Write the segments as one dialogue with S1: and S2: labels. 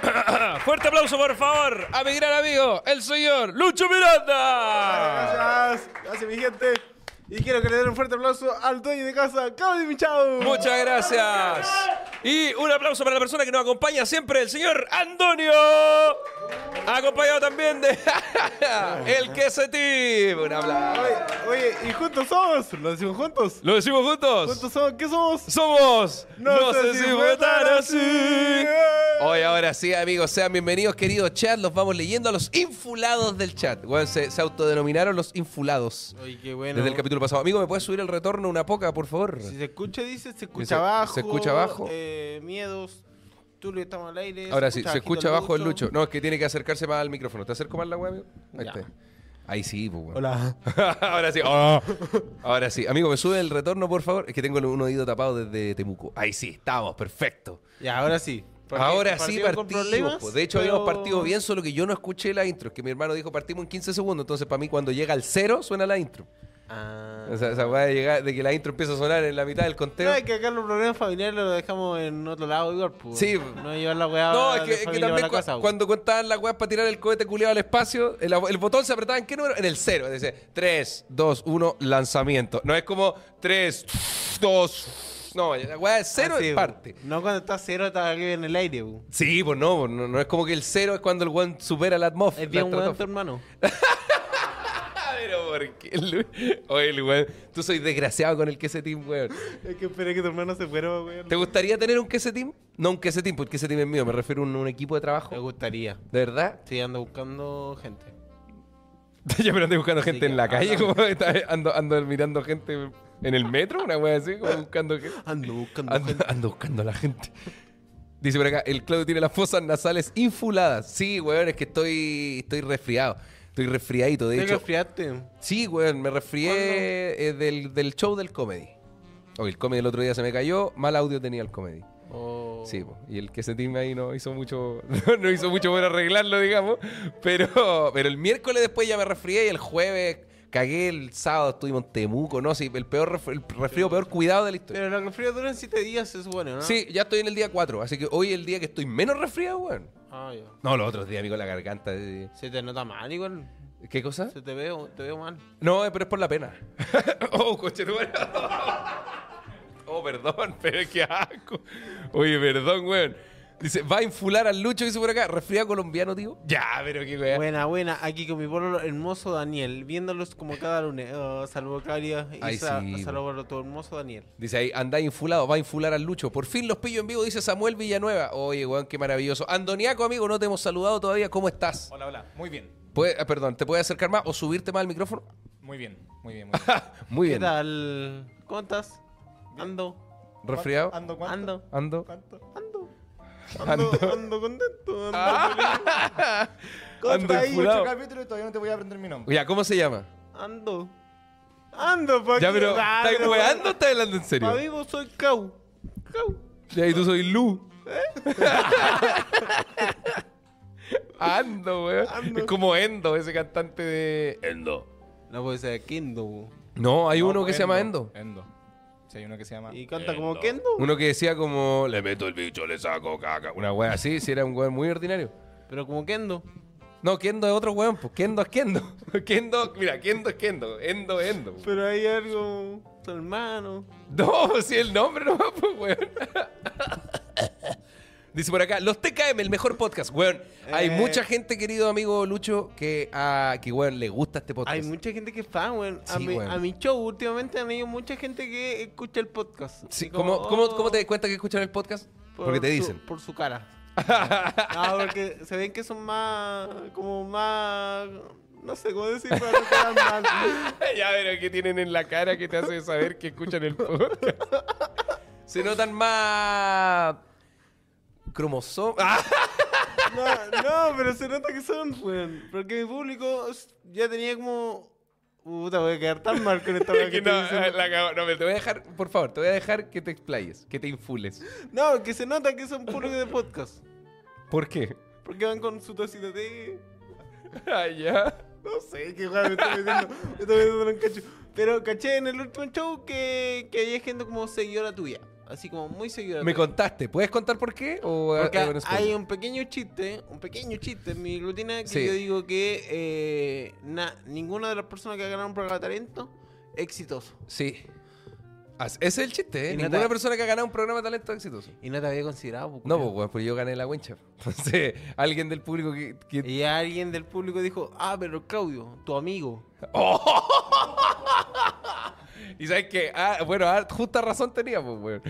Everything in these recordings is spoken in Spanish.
S1: Fuerte aplauso, por favor, a mi gran amigo, el señor Lucho Miranda.
S2: Gracias, gracias mi gente. Y quiero que le den un fuerte aplauso al dueño de casa, Claudio Michau.
S1: Muchas gracias. Y un aplauso para la persona que nos acompaña siempre, el señor Antonio. Acompañado también de el que se tira. Un aplauso.
S2: Oye, oye, y juntos somos, lo decimos juntos.
S1: ¿Lo decimos juntos?
S2: ¿Juntos somos? ¿Qué somos?
S1: Somos.
S2: No sé si fue tan así.
S1: Hoy ahora sí, amigos, sean bienvenidos, queridos chat. Los vamos leyendo a los infulados del chat. Bueno, se, se autodenominaron los infulados.
S2: Oye, qué bueno.
S1: Desde el capítulo pasado. Amigo, ¿me puedes subir el retorno una poca, por favor?
S2: Si se escucha, dice, se
S1: Se- se
S2: escucha abajo.
S1: escucha abajo.
S2: eh, miedos. Tú lo estamos al aire.
S1: Ahora sí, se escucha abajo el lucho.
S2: Lucho.
S1: No, es que tiene que acercarse más al micrófono. ¿Te acerco más la weá, amigo? Ahí
S2: Ya.
S1: está. Ahí sí, pues, weón.
S2: Hola.
S1: Ahora sí. Ah. Ahora sí. Amigo, ¿me sube el retorno, por favor? Es que tengo un oído tapado desde Temuco. Ahí sí, estamos, perfecto.
S2: Ya, ahora sí.
S1: Ahora sí
S2: Partimos con
S1: partimos.
S2: problemas,
S1: po. De hecho,
S2: pero-
S1: habíamos partido bien, solo que yo no escuché la intro. Es que mi hermano dijo partimos en 15 segundos. Entonces, para mí, cuando llega al cero, suena la intro.
S2: Ah.
S1: O sea, esa weá de, llegar- de que la intro empieza a sonar en la mitad del conteo.
S2: No, es que acá los problemas familiares los dejamos en otro lado igual, pues.
S1: Sí.
S2: No llevar la weá
S1: No, es
S2: de
S1: que, es que
S2: familia para
S1: también
S2: la
S1: cua-
S2: casa, pues. po.
S1: cuando contaban las weas para tirar el cohete culiado al espacio, el, el botón se apretaba en qué número? En el cero. Dice 3, 2, 1, lanzamiento. No es como 3, 2, no, la wea es cero
S2: Ah, sí,
S1: en
S2: po.
S1: parte.
S2: No cuando está cero, está aquí en el aire, po.
S1: Sí, pues no, pues no, no es como que el cero es cuando el one supera la atmósfera.
S2: Es bien weón tu hermano.
S1: Pero ¿por qué? Lu- Oye, el weón, tú soy desgraciado con el quesetín, weón.
S2: es que esperé que tu hermano se fuera, weón.
S1: ¿Te gustaría tener un quesetín? No un quesetín, porque el quesetín es mío, me refiero a un, un equipo de trabajo.
S2: Me gustaría.
S1: ¿De verdad?
S2: Sí, ando buscando gente.
S1: Ya, pero ando buscando gente
S2: que
S1: en la calle,
S2: hablamos.
S1: como está- ando, ando mirando gente en el metro, una wea así, como buscando gente.
S2: Ando buscando
S1: Ando,
S2: gente.
S1: ando buscando a la gente. Dice por acá, el Claudio tiene las fosas nasales infuladas. Sí, weón, es que estoy, estoy resfriado. Estoy resfriadito, de
S2: Te
S1: hecho.
S2: resfriaste.
S1: Sí, weón, me resfrié eh, del, del show del comedy. O el comedy el otro día se me cayó, mal audio tenía el comedy.
S2: O-
S1: Sí, po. y el que se tiene ahí no hizo mucho no hizo mucho por arreglarlo, digamos, pero pero el miércoles después ya me resfrié y el jueves cagué, el sábado estuvimos en Temuco, no, sí, el peor ref- el resfrío peor cuidado de la historia.
S2: Pero los resfriados duran 7 días, es bueno, ¿no?
S1: Sí, ya estoy en el día 4, así que hoy es el día que estoy menos resfriado, weón.
S2: Ah, ya.
S1: No, los otros días, amigo, la garganta. eh.
S2: Se te nota mal igual.
S1: ¿Qué cosa?
S2: Se te veo, te veo mal.
S1: No, eh, pero es por la pena. oh, coche oh, perdón, pero qué asco. Oye, perdón, weón. Dice, va a infular al Lucho, dice por acá. Resfriado colombiano, tío. Ya, pero qué weón.
S2: Buena, buena. Aquí con mi polo hermoso Daniel. Viéndolos como cada lunes. Oh, saludos, Caria. Y
S1: Ay,
S2: sa-
S1: sí, pues.
S2: saludos a tu hermoso Daniel.
S1: Dice ahí, anda infulado, va a infular al Lucho. Por fin los pillo en vivo, dice Samuel Villanueva. Oye, weón, qué maravilloso. Andoniaco, amigo, no te hemos saludado todavía. ¿Cómo estás?
S3: Hola, hola. Muy bien.
S1: Puede- ah, perdón, ¿te puedes acercar más o subirte más al micrófono?
S3: Muy bien. Muy bien. Muy bien.
S1: Muy
S2: ¿Qué
S1: bien.
S2: tal? ¿Cómo estás? Ando,
S1: ¿Resfriado?
S3: ¿Ando cuánto?
S2: ando,
S1: Ando.
S3: ¿Cuánto?
S2: ando.
S1: Ando. Ah.
S2: Ando, ando contento. Ando feliz.
S1: Ando
S3: Hay
S1: infulado.
S3: ocho capítulos y todavía no te voy a aprender mi nombre.
S1: Ya, ¿cómo se llama?
S2: Ando. Ando, pa'
S1: Ya,
S2: qué-
S1: pero,
S2: Ah,
S1: ¿estás
S2: pero
S1: weando o estás hablando en serio?
S2: Pa' mí vos soy Cau. Cau.
S1: Ya, y tú soy Lu. Ando, weón.
S2: Ando.
S1: Es como Endo, ese cantante de. Endo.
S2: No puede ser Kendo. bu.
S1: No, hay
S3: No,
S1: uno que se llama Endo.
S3: Endo. Sí, hay uno que se llama.
S2: Y canta como Kendo.
S1: Uno que decía como. Le meto el bicho, le saco caca. Una wea así, si era un weón muy ordinario.
S2: Pero como Kendo.
S1: No, Kendo es otro weón, pues Kendo es Kendo. Kendo, mira, Kendo es Kendo. Endo es Endo.
S2: Pero hay algo. Tu hermano.
S1: No, pues, si el nombre nomás, pues, weón. Dice por acá, los TKM, el mejor podcast, weón. Hay
S2: Eh.
S1: mucha gente, querido amigo Lucho, que, ah, que weón, le gusta este podcast.
S2: Hay mucha gente que es fan, weón. A,
S1: Sí,
S2: mi,
S1: weón.
S2: a mi show últimamente han ido mucha gente que escucha el podcast.
S1: Sí,
S2: Y
S1: ¿cómo, cómo,
S2: oh,
S1: cómo te das cuenta que escuchan el podcast? Pues
S2: por
S1: Porque te
S2: su-
S1: dicen.
S2: por su cara. no, porque se ven que son más. Como más. No sé cómo decir para no quedar mal.
S1: ya, pero ¿qué tienen en la cara que te hace saber que escuchan el podcast? Se notan más... Cromosoma. ¡Ah!
S2: No, no, pero se nota que son, weón. Porque mi público s- ya tenía como. Puta, voy a quedar tan mal con esta weá
S1: que
S2: que
S1: no, ah, eh,
S2: estoy diciendo.
S1: la cago- no, pero te voy a dejar, por favor, te voy a dejar que te explayes, que te infules.
S2: No, que se nota que son público de podcast.
S1: ¿Por qué?
S2: Porque van con su tacita de.
S1: Ah, ya.
S2: No sé qué weá me estoy metiendo. Me estoy metiendo en un cacho. Pero caché en el último show que, que había gente como seguidora tuya. Así como muy seguido.
S1: Me contaste. ¿Puedes contar por qué? O
S2: Porque
S1: eh, bueno, spoiler.
S2: hay un pequeño chiste, un pequeño chiste en mi glutina que
S1: Sí.
S2: yo digo que eh, na- ninguna de las personas que ha ganado un programa de talento exitoso.
S1: Sí. As- Ese es el chiste, ¿eh?
S2: Y no te-
S1: Ninguna persona que ha ganado un programa de talento es exitoso.
S2: Y no te había considerado. pues,
S1: No, pues,
S2: culiao.
S1: weón, porque yo gané la wincha. Entonces, alguien del público que... que-
S2: Y alguien del público dijo, ah, pero Claudio, tu amigo.
S1: Y sabes que, ah, bueno, ah, justa razón teníamos, weón.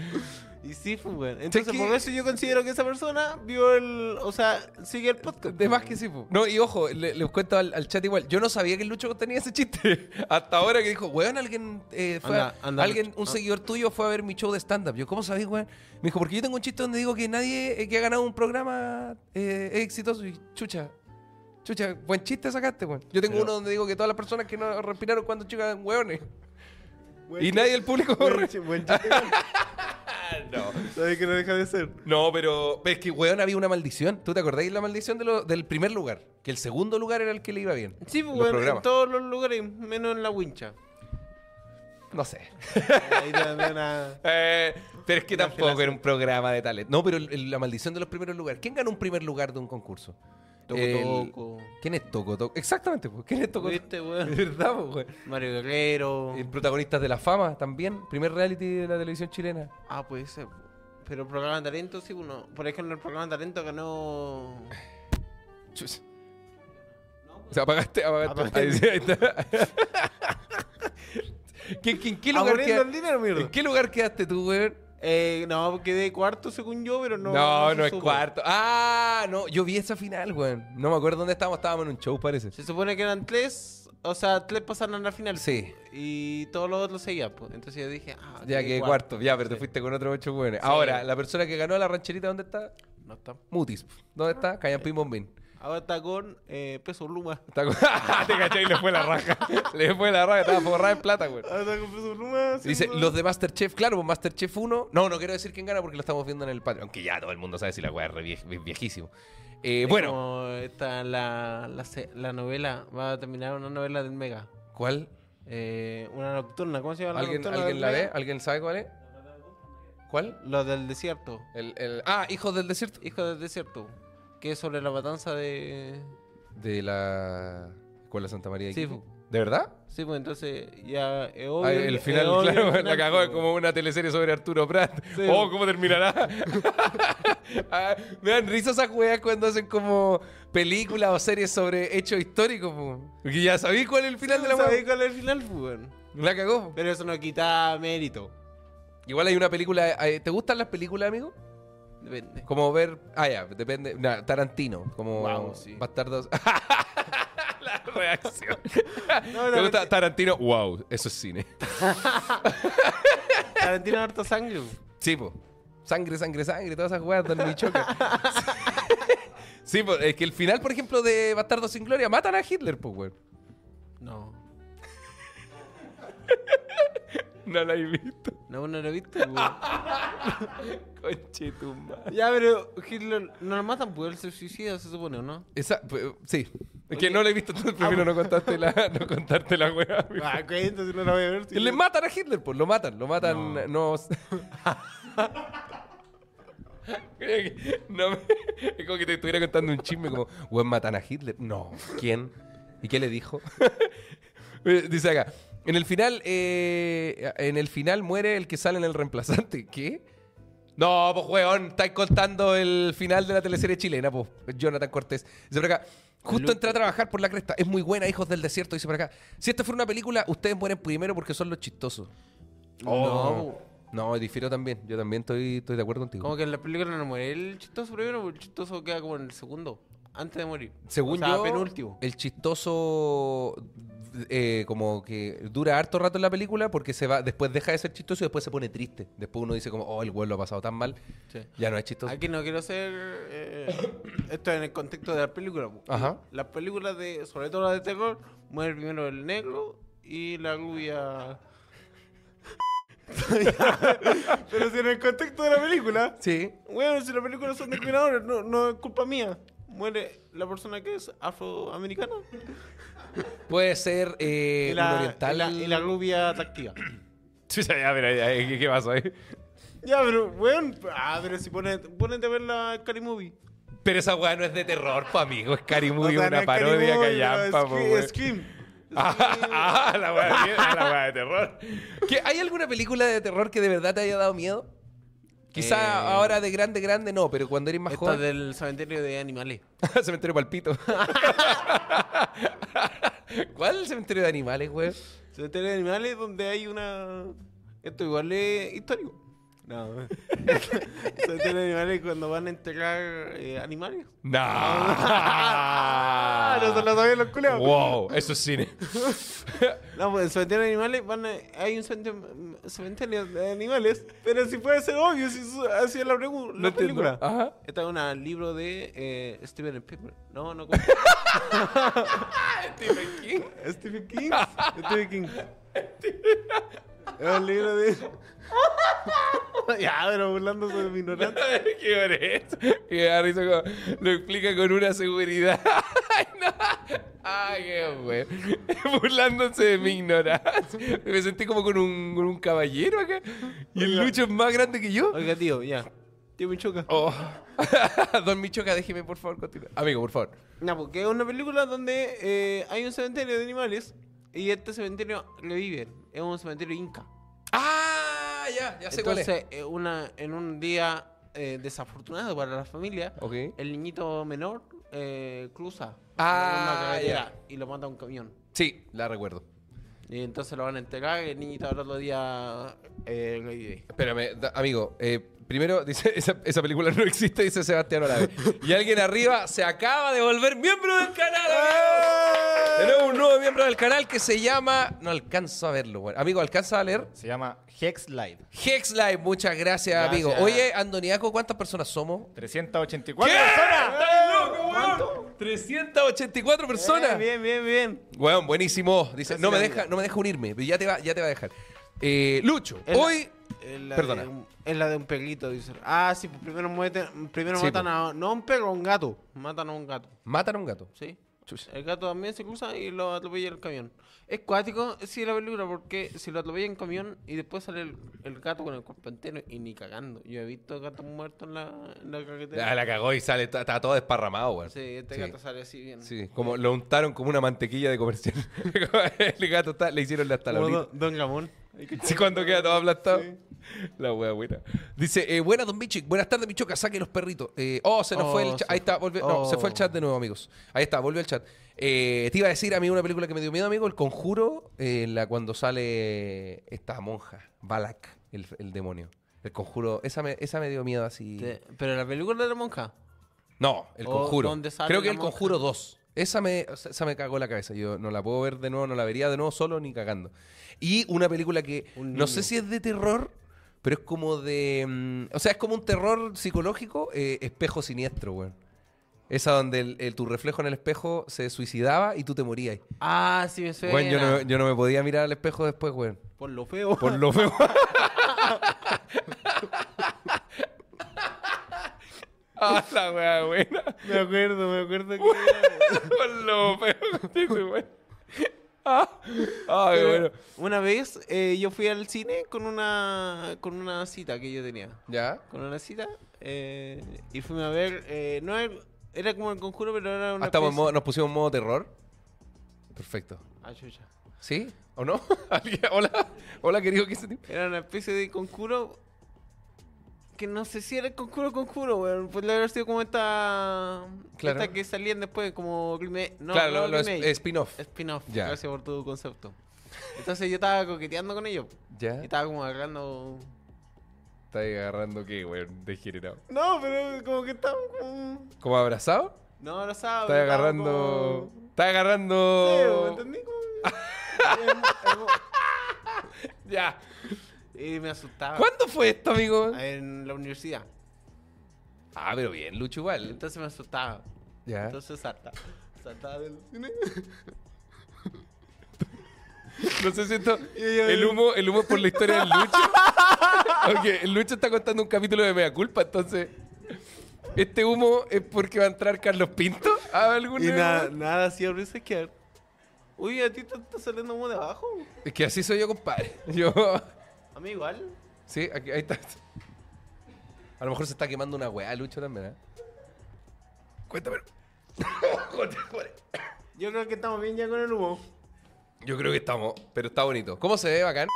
S2: Y sí, pues, weón. Entonces,
S1: que-
S2: por eso yo considero que esa persona vio el. O sea, sigue el podcast.
S1: De más que sí, po. No, y ojo, le- les cuento al, al chat igual. Yo no sabía que el Lucho tenía ese chiste. Hasta ahora que dijo, weón, alguien eh, fue a-
S2: Anda, anda,
S1: alguien,
S2: Lucho.
S1: un
S2: Ah.
S1: seguidor tuyo fue a ver mi show de stand-up. Yo, ¿cómo sabés, weón? Me dijo, porque yo tengo un chiste donde digo que nadie eh, que ha ganado un programa eh, es exitoso. Y chucha, chucha, buen chiste sacaste, weón. Yo tengo
S2: Pero-
S1: uno donde digo que todas las personas que no respiraron cuando chucan, weones.
S2: Buen
S1: Y
S2: chiste.
S1: nadie del público
S2: Buen chi- buen chiste.
S1: No.
S2: Sabes que no deja de ser.
S1: No, pero es que, weón, había una maldición. ¿Tú te acordáis la maldición de lo- del primer lugar? Que el segundo lugar era el que le iba bien.
S2: Sí,
S1: Los
S2: pues, weón, en
S1: programas.
S2: todos los lugares, menos en la wincha.
S1: No sé.
S2: Ahí te dan una-
S1: Eh, pero es que
S2: Una
S1: tampoco era
S2: felación.
S1: un programa de talento. No, pero el- el- la maldición de los primeros lugares. ¿Quién ganó un primer lugar de un concurso?
S2: Toco,
S1: El-
S2: toco.
S1: ¿Quién es Toco Toco? Exactamente, pues. ¿quién es Toco Toco?
S2: ¿Viste,
S1: De
S2: weón?
S1: verdad, pues, güey.
S2: Mario Guerrero.
S1: Eh, Protagonistas de la fama también. Primer reality de la televisión chilena.
S2: Ah, puede ser. Pero programa de talento, sí, uno. Por ejemplo, el programa de talento ganó.
S1: Chus. O sea, apagaste, apagaste.
S2: Apagué.
S1: Ahí sí, ahí está. ¿Qué, qué- en qué lugar
S2: Aburriendo
S1: queda-
S2: el dinero, mierda.
S1: ¿En qué lugar quedaste tú, güey?
S2: Eh, no, quedé cuarto según yo, pero no.
S1: No, no,
S2: se
S1: es
S2: supo.
S1: cuarto. Ah, no, yo vi esa final, güey. No me acuerdo dónde estábamos, estábamos en un show, parece.
S2: Se supone que eran tres. O sea, tres pasaron a la final.
S1: Sí.
S2: Y todos los otros seguían, pues. Entonces yo dije, ah,
S1: Ya que
S2: quedé
S1: cuarto. ya, pero te
S2: Sí.
S1: fuiste con otros ocho buenos.
S2: Sí.
S1: Ahora, la persona que ganó la rancherita, ¿dónde está?
S2: No está.
S1: Mutis. ¿Dónde está? Callampín Bombín.
S2: Ahora está con eh, peso Luma.
S1: Está con- Te caché y le fue la raja. Le fue la raja, estaba forrada en plata, güey.
S2: Ahora está con peso Luma.
S1: Dice, los de Masterchef, claro, pues Masterchef 1. No, no quiero decir quién gana porque lo estamos viendo en el patio. Aunque ya todo el mundo sabe si la weá es re vie- vie- viejísimo. Eh, bueno,
S2: Como está la, la, se- la novela. Va a terminar una novela del Mega.
S1: ¿cuál?
S2: Eh, una nocturna. ¿Cómo se llama la
S1: ¿Alguien,
S2: nocturna
S1: ¿alguien
S2: del
S1: la ve?
S2: Mega?
S1: ¿Alguien sabe cuál es? ¿Cuál?
S2: Los del desierto.
S1: El, el- Ah, Hijos del Desierto.
S2: Hijo del desierto. Que es sobre la matanza de.
S1: De la Escuela Santa María. de
S2: Sí,
S1: Iquique.
S2: fu.
S1: ¿De verdad?
S2: Sí, pues entonces ya es obvio.
S1: Ah, el
S2: es
S1: final,
S2: obvio el
S1: claro, la
S2: final,
S1: cagó, es
S2: pues.
S1: como una teleserie sobre Arturo Prat.
S2: Sí.
S1: Oh, ¿cómo terminará? Ah, me dan risa esas weas cuando hacen como películas o series sobre hechos históricos, po. Porque ya sabí cuál es el final
S2: Sí,
S1: de la wea.
S2: ¿sabéis cuál es el final, pues, weón?
S1: La cagó. po.
S2: Pero eso no quita mérito.
S1: Igual hay una película. eh, ¿Te gustan las películas, amigo?
S2: Depende.
S1: Como ver. Ah, ya, depende. nah, Tarantino, como
S2: Wow, sí.
S1: Bastardos. la reacción.
S2: No,
S1: ¿Te gusta
S2: Tarantino,
S1: Tarantino? Wow, eso es cine.
S2: Tarantino harta sangre. pues.
S1: Sí, po. Sangre, sangre, sangre, todas esas weas donde choca. sí, po. Es que el final, por ejemplo, de Bastardos sin Gloria matan a Hitler, pues, weón.
S2: No.
S1: No la he visto.
S2: No, no lo pues. viste, weón.
S1: Conchetumba.
S2: Ya, pero Hitler no lo matan, pues él se suicida, se supone, ¿o no?
S1: Esa, pues, sí. Es que no la he visto, entonces prefiero no, contarte la, no contarte la wea. amigo.
S2: Ah, cuento, si no la voy a ver.
S1: Que le matan a Hitler, pues, lo matan, lo matan. No. Creo que- no me- Es como que te estuviera contando un chisme como, weón, matan a Hitler. No, ¿quién? ¿Y qué le dijo? Eh, Dice acá, en el final, eh, en el final muere el que sale en el reemplazante. ¿Qué? No, pues, weón, estáis contando el final de la teleserie chilena, pues, Jonathan Cortés. Dice por acá, justo entré a trabajar por la cresta. Es muy buena, Hijos del Desierto, dice por acá. Si esta fuera una película, ustedes mueren primero porque son los chistosos. Oh.
S2: No. pues,
S1: No, difiero también. Yo también estoy, estoy de acuerdo contigo.
S2: Como que en la película no muere el chistoso primero, porque el chistoso queda como en el segundo, antes de morir.
S1: Según
S2: o sea,
S1: yo,
S2: penúltimo.
S1: el chistoso eh, como que dura harto rato en la película porque se va, después deja de ser chistoso y después se pone triste. Después uno dice como, oh, el güey lo ha pasado tan mal,
S2: Sí.
S1: ya no es chistoso.
S2: Aquí no quiero ser. eh, esto en el contexto de la película. po.
S1: Ajá.
S2: Las películas de. Sobre todo las de terror, muere primero el negro y la rubia. Pero si en el contexto de la película.
S1: Sí.
S2: Bueno, si las películas son discriminadoras, no, no es culpa mía. Muere la persona que es afroamericana
S1: Puede ser eh,
S2: y, la,
S1: un oriental.
S2: y la- y la rubia atractiva.
S1: Chucha, ya, mira, ya, ¿qué, qué pasó ahí?
S2: Ya, pero, weón. Ah, pero si pones, ponete a ver la Cali Movie.
S1: Pero esa weá no es de terror, pa' amigo. Es Cari Movie,
S2: O sea, no
S1: una
S2: es Cali
S1: parodia
S2: Movie, pero
S1: callampa,
S2: Scream-
S1: po, weón.
S2: Scream.
S1: Ah, ah, la weá de miedo, ah, la weá de terror. ¿Qué- ¿Hay alguna película de terror que de verdad te haya dado miedo? Quizá
S2: Eh.
S1: ahora de grande, grande no, pero cuando eres más
S2: Esta
S1: joven.
S2: del cementerio de animales.
S1: cementerio Palpito. ¿Cuál cementerio de animales, weón?
S2: Cementerio de animales donde hay una. Esto igual es histórico. No. Cementerio de animales cuando van a enterrar eh, animales.
S1: No.
S2: Ah, no se lo sabían los culeados.
S1: Wow, eso es cine.
S2: No, pues el cementerio de animales van a- hay un cementerio, cementerio de animales, pero si puede ser obvio si su- hacía la, pregu- la
S1: No entiendo. Ah.
S2: película.
S1: Ajá.
S2: Esta es una libro de eh, Stephen Pepper. No, no. ¿cómo?
S1: Stephen King.
S2: Stephen King. Stephen King. Es un libro de. ya, pero burlándose de mi ignorancia.
S1: ¿Qué hora es? Y me da risa como- lo explica con una seguridad. Ay, no. Ay, qué güey. Burlándose de mi ignorancia. Me sentí como con un, con un caballero acá. Y el
S2: Oiga.
S1: Lucho es más grande que yo.
S2: Oiga, tío, ya. Tío Michoca.
S1: Oh. Don Michoca, déjeme por favor continuar. Amigo, por favor.
S2: No, porque pues, es una película donde eh, hay un cementerio de animales y este cementerio lo viven. Es un cementerio inca.
S1: Ah, ya, ya sé cuál es.
S2: Entonces, eh, una, en un día eh, desafortunado para la familia,
S1: Ok.
S2: el niñito menor eh, cruza
S1: Ah,
S2: una carretera y lo mata un camión.
S1: Sí, la recuerdo.
S2: Y entonces lo van a entregar y el niñito al otro día eh, lo vive.
S1: Espérame, da- amigo. eh, primero, dice, esa, esa película no existe, dice Sebastián Olave. Y alguien arriba se acaba de volver miembro del canal,
S2: ¡Eh!
S1: amigo. Tenemos un nuevo miembro del canal que se llama... No alcanzo a verlo, bueno. Amigo, ¿alcanza a leer?
S3: Se llama Hex Live.
S1: Hexlive, muchas gracias,
S3: Gracias.
S1: amigo. Oye, Andoniaco, ¿cuántas personas somos?
S3: 384 personas.
S1: ¿Estás loco, weón? 384 personas.
S2: Eh, Bien, bien, bien.
S1: Weón, buenísimo. Dice,
S2: Casi
S1: no me,
S2: la
S1: deja,
S2: vida.
S1: no me deja unirme, pero ya te va, ya te va a dejar. Eh, Lucho,
S2: Es la-
S1: hoy...
S2: es la
S1: Perdona.
S2: de un- es la de un perrito, dice. Ah, sí, pues primero, mueten- primero
S1: Sí,
S2: matan
S1: pues.
S2: a. No a un perro, a un gato. Matan a un gato,
S1: Matan a un gato.
S2: ¿sí?
S1: Chucha.
S2: El gato también se cruza y lo atropella el camión. Es cuático, sí, la película, porque si lo atropella en camión y después sale el, el gato con el cuerpo entero y ni cagando. Yo he visto gatos muertos en la, en la carretera.
S1: Ah, la cagó y sale, está, está todo desparramado, weón.
S2: Sí, este
S1: Sí.
S2: gato sale así bien.
S1: Sí, como lo untaron como una mantequilla de comercial. el gato está, le hicieron hasta la
S2: Como
S1: olita.
S2: don, don Ramón.
S1: Sí, cuando queda todo aplastado. La wea buena. Dice, eh, buenas, don Michi. Buenas tardes, Michoca. Saque los perritos. Eh, oh, se nos
S2: Oh,
S1: fue el chat.
S2: se
S1: Ahí
S2: fue.
S1: está, volvió. No, se fue el
S2: Oh.
S1: chat de nuevo, amigos. Ahí está, volvió el chat. Eh, te iba a decir a mí una película que me dio miedo, amigo. El Conjuro, eh, la cuando sale esta monja, Balak, el, el demonio. El Conjuro, esa me, esa me dio miedo así.
S2: Te- Pero la película de la monja.
S1: No, el
S2: O
S1: conjuro.
S2: donde sale
S1: Creo que
S2: la
S1: el
S2: monja.
S1: conjuro 2. Esa me, esa me cagó la cabeza. Yo no la puedo ver de nuevo, no la vería de nuevo solo ni cagando. Y una película que
S2: Un
S1: no sé
S2: niño.
S1: si es de terror, pero es como de. mm, o sea, es como un terror psicológico, eh, espejo siniestro, weón. Esa donde el- el- tu reflejo en el espejo se suicidaba y tú te morías.
S2: Ah, sí me suena.
S1: Weón, yo no, yo no me podía mirar al espejo después, weón.
S2: Por lo feo.
S1: Por lo feo. ah, la wea buena.
S2: Me acuerdo, me acuerdo que. era-
S1: Con lo peor que hice, güey. Ah, ah, qué
S2: Pero
S1: bueno.
S2: Una vez eh, yo fui al cine con una con una cita que yo tenía.
S1: ¿Ya?
S2: Con una cita. eh, y fuimos a ver. eh, no era, era como el conjuro, pero era
S1: Ah,
S2: una.
S1: estamos en
S2: especie-
S1: modo- nos pusimos en modo terror. Perfecto.
S2: Ah, chucha.
S1: ¿Sí? ¿O no? ¿Alguien- Hola, hola querido, ¿qué sentí?
S2: Era una especie de conjuro. Que no sé si era el conjuro conjuro, weón. Pues le haber sido como esta.
S1: Claro.
S2: Esta que salían después, como remake. No,
S1: claro,
S2: no
S1: lo, lo es-
S2: remake.
S1: spin-off.
S2: Spin-off,
S1: Ya.
S2: gracias por tu concepto. Entonces yo estaba coqueteando con ellos.
S1: ¿Ya?
S2: Y estaba como agarrando.
S1: Está ahí agarrando qué, güey, degenerado.
S2: No, pero como que estaba como.
S1: ¿Como abrazado?
S2: No, no sabe.
S1: Está agarrando... Oh. Está agarrando...
S2: ¿Entendí? Como-
S1: ya.
S2: y me asustaba.
S1: ¿Cuándo fue esto, amigo?
S2: En la universidad.
S1: Ah, pero bien, Lucho igual.
S2: Entonces me asustaba.
S1: Ya.
S2: Entonces salta. Saltaba del cine.
S1: No sé si esto.
S2: Y yo-
S1: El humo, el humo es por la historia del Lucho. Porque el Lucho está contando un capítulo de Mea Culpa, entonces. Este humo es porque va a entrar Carlos Pinto a algún
S2: Y nada,
S1: lugar?
S2: nada, hacía risa que. Uy, a ti te está saliendo como de abajo.
S1: Es que así soy yo, compadre. Yo.
S2: A mí igual.
S1: Sí, aquí, ahí está. A lo mejor se está quemando una weá, Lucho, también, ¿eh? Cuéntame.
S2: Yo creo que estamos bien ya con el humo.
S1: Yo creo que estamos, pero está bonito. ¿Cómo se ve, bacán?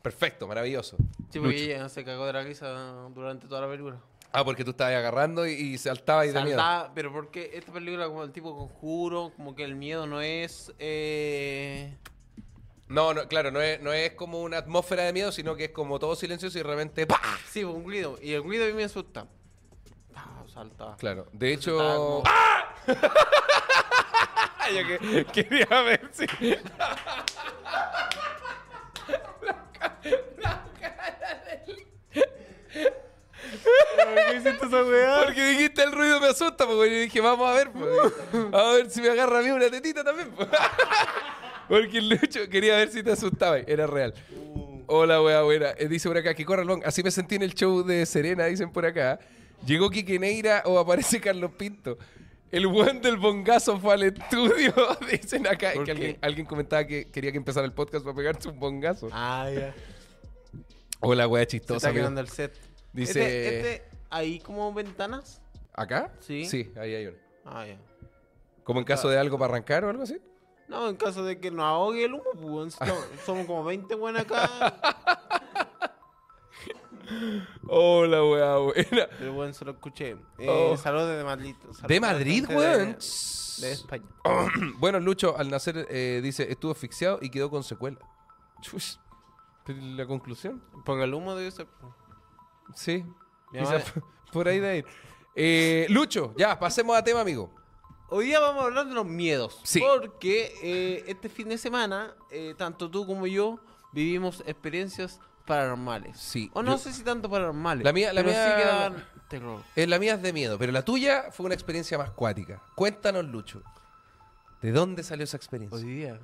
S1: Perfecto, maravilloso.
S2: Sí, porque ella se cagó de la risa durante toda la película.
S1: Ah, porque tú estabas agarrando y, y saltabas y de miedo.
S2: Saltaba, pero porque esta película como el tipo conjuro, como que el miedo no es... Eh...
S1: No, no, claro, no es, no es como una atmósfera de miedo, sino que es como todo silencioso y de repente ¡pa!
S2: Sí, pues, un Guido. Y el Guido a mí me asusta. Ah, salta.
S1: Claro, de
S2: Estaba
S1: hecho...
S2: como-
S1: Yo que- quería ver si...
S3: ¿Por qué hiciste esa weá?
S1: Porque dijiste el ruido me asusta, porque yo dije, vamos a ver, pues, a ver si me agarra a mí una tetita también. pues. Porque el Lucho quería ver si te asustaba, y era real. Hola, wea, buena. Eh, Dice por acá que corra long. Así me sentí en el show de Serena, dicen por acá. Llegó Quique Neira o aparece Carlos Pinto. El buen del bongazo fue al estudio, dicen acá. Es
S2: ¿Por
S1: que
S2: qué?
S1: alguien, alguien comentaba que quería que empezara el podcast para pegarse un bongazo.
S2: Ah, ya.
S1: Hola, wea
S2: Se
S1: chistosa.
S2: está
S1: amigo.
S2: quedando el set.
S1: Dice-
S2: Este, este, ¿Hay como ventanas?
S1: ¿Acá?
S2: Sí.
S1: Sí, ahí hay una.
S2: Ah, ya.
S1: Como en caso de algo para arrancar o algo así.
S2: No, en caso de que nos ahogue el humo, pues, weón, si no, somos como 20 buenas acá.
S1: Hola, weá, buena.
S2: Pero bueno, se lo escuché. Eh,
S1: Oh.
S2: Saludos desde Madrid. Saludos
S1: De
S2: a la
S1: Madrid,
S2: gente de-
S1: weón.
S2: De, España.
S1: bueno, Lucho, al nacer, eh, dice, estuvo asfixiado y quedó con secuela. Chus. Pero, ¿y ¿La conclusión?
S2: Porque el humo debe ser.
S1: Sí.
S2: Mi
S1: Quizá
S2: mamá-
S1: por- por ahí de ir. Eh, Lucho, ya, pasemos a tema, amigo.
S2: Hoy día vamos a hablar de los miedos.
S1: Sí.
S2: Porque eh, este fin de semana, eh, tanto tú como yo vivimos experiencias paranormales.
S1: Sí,
S2: O no
S1: yo-
S2: sé si tanto paranormales.
S1: La mía- la
S2: pero
S1: mía-
S2: sí que daban terror.
S1: Eh, la mía es de miedo, pero la tuya fue una experiencia más cuática. Cuéntanos, Lucho. ¿De dónde salió esa experiencia?
S2: Hoy día.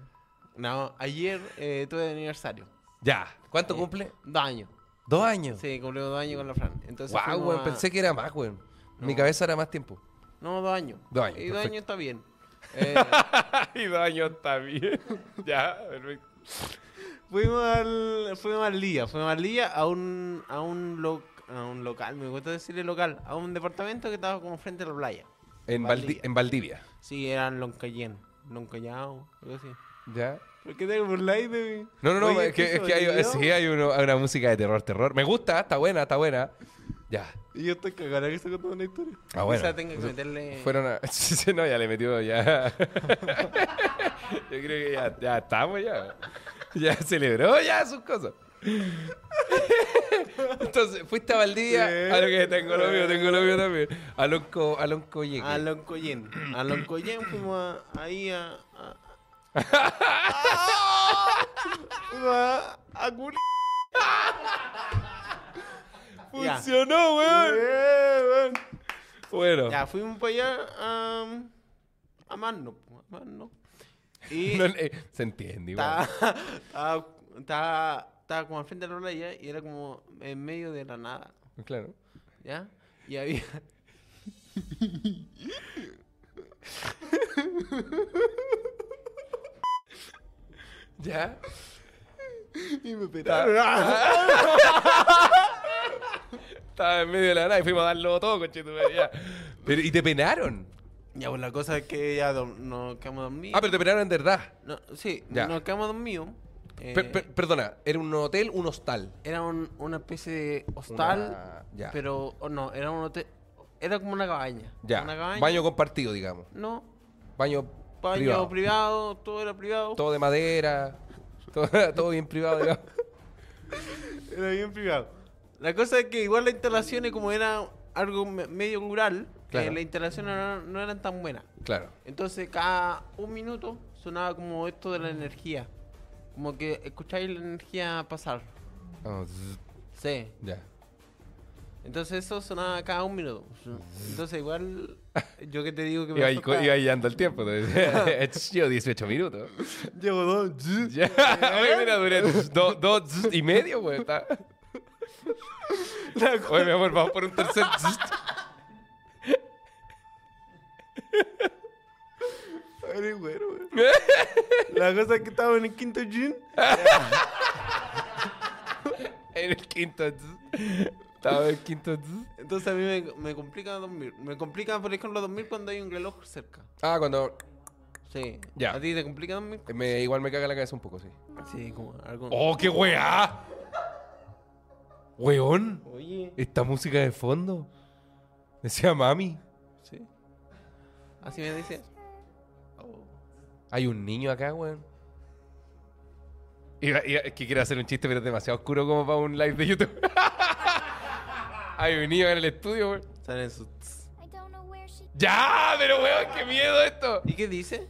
S2: No, ayer eh, tuve de aniversario.
S1: Ya. ¿Cuánto cumple?
S2: Dos años.
S1: Dos años.
S2: Sí, cumplió dos años con la Fran. Entonces
S1: Guau,
S2: fuimos
S1: weón,
S2: a-
S1: pensé que era más, weón. Mi
S2: No.
S1: cabeza era más tiempo.
S2: No, dos años.
S1: Dos años,
S2: Y dos
S1: perfecto.
S2: años está bien. Eh,
S1: y dos años está bien. ya, perfecto.
S2: fuimos al. Fuimos al Lía. Fuimos al Lía a un. a un lo- a un local, me gusta decirle local, a un departamento que estaba como frente a la playa.
S1: En, Valdi- en Valdivia.
S2: Sí, eran Loncayén, Loncayao, algo así.
S1: Ya.
S2: ¿Por qué te burláis de mí?
S1: No, no, no,
S2: Oye,
S1: es que,
S2: ¿qué
S1: es que hay,
S2: sonido?
S1: sí, hay uno- hay una música de terror, terror. Me gusta, está buena, está buena. Ya.
S2: Y yo estoy cagada que estoy contando una historia.
S1: Ah, bueno.
S2: Quizá tenga que meterle.
S1: Fueron a... Sí, sí, no, ya le metió, ya. Yo creo que ya, ya estamos, ya. Ya celebró ya sus cosas. Entonces, fuiste a Valdivia, a lo que tengo lo mío, tengo lo mío también. A Lonco, a Lonco llegué.
S2: A Loncoyen. A Loncoyen fuimos a- ahí a. a... Fuimos a, a Curi- Ya.
S1: Funcionó, weón. Bueno.
S2: Ya, fuimos para allá a. A Magno. po, A Magno. Y.
S1: No, eh, se entiende, igual.
S2: estaba, estaba, estaba, estaba como al frente de la playa y era como en medio de la nada.
S1: Claro.
S2: ¿Ya? Y había.
S1: Ya.
S2: Y me
S1: Estaba en medio de la nada y fuimos a darlo todo, conchetumare, ya. Pero, ¿y te penaron?
S2: Ya, pues la cosa es que ya dor- nos quedamos dormidos.
S1: Ah, pero te penaron en verdad.
S2: No, sí,
S1: Ya.
S2: nos quedamos dormidos. Eh,
S1: Per- per- perdona, ¿era un hotel, un hostal?
S2: Era un- una especie de hostal,
S1: Una- ya.
S2: pero oh, no, era un hotel. Era como una cabaña.
S1: Ya.
S2: Una cabaña.
S1: Baño compartido, digamos.
S2: No,
S1: Baño,
S2: baño privado.
S1: privado.
S2: todo era privado.
S1: Todo de madera. Todo, todo bien privado, digamos.
S2: Era bien privado. La cosa es que igual las instalaciones, como era algo me- medio rural,
S1: Claro.
S2: eh, las instalaciones no, no eran tan buenas.
S1: Claro.
S2: Entonces cada un minuto sonaba como esto de la energía. Como que escucháis la energía pasar.
S1: Ah, zzz,
S2: Sí.
S1: ya.
S2: Entonces eso sonaba cada un minuto. Entonces igual yo que te digo que
S1: Iba ahí, co-
S2: asustaba.
S1: iba ahí andando el tiempo. entonces. Yo 18 minutos.
S2: Llevo dos.
S1: Ya. Oye, mira, duré do- dos zzz y medio, güey. está-
S2: La co-
S1: Oye, mi amor, vamos por un tercer zzz.
S2: Eres güero, güey. La cosa es que estaba en el quinto gym.
S1: en el quinto zzz. Estaba en quinto.
S2: Entonces a mí me, me complica dormir. Me complica, por ejemplo, dormir cuando hay un reloj cerca.
S1: Ah, cuando.
S2: Sí.
S1: Ya.
S2: ¿A ti te complica dormir?
S1: me- igual me caga la cabeza un poco, sí.
S2: Sí, como algo.
S1: ¡Oh, qué weá! ¡Weón!
S2: Oye.
S1: Esta música de fondo. Decía mami.
S2: Sí. Así me dice. Oh.
S1: Hay un niño acá, weón. Iba- iba- es que quiero hacer un chiste, pero es demasiado oscuro como para un live de YouTube. Hay un niño en el estudio, weón.
S2: Salen sus tss.
S4: I don't know where she
S1: ¡Ya! Pero, weón, qué miedo esto.
S2: ¿Y qué dice?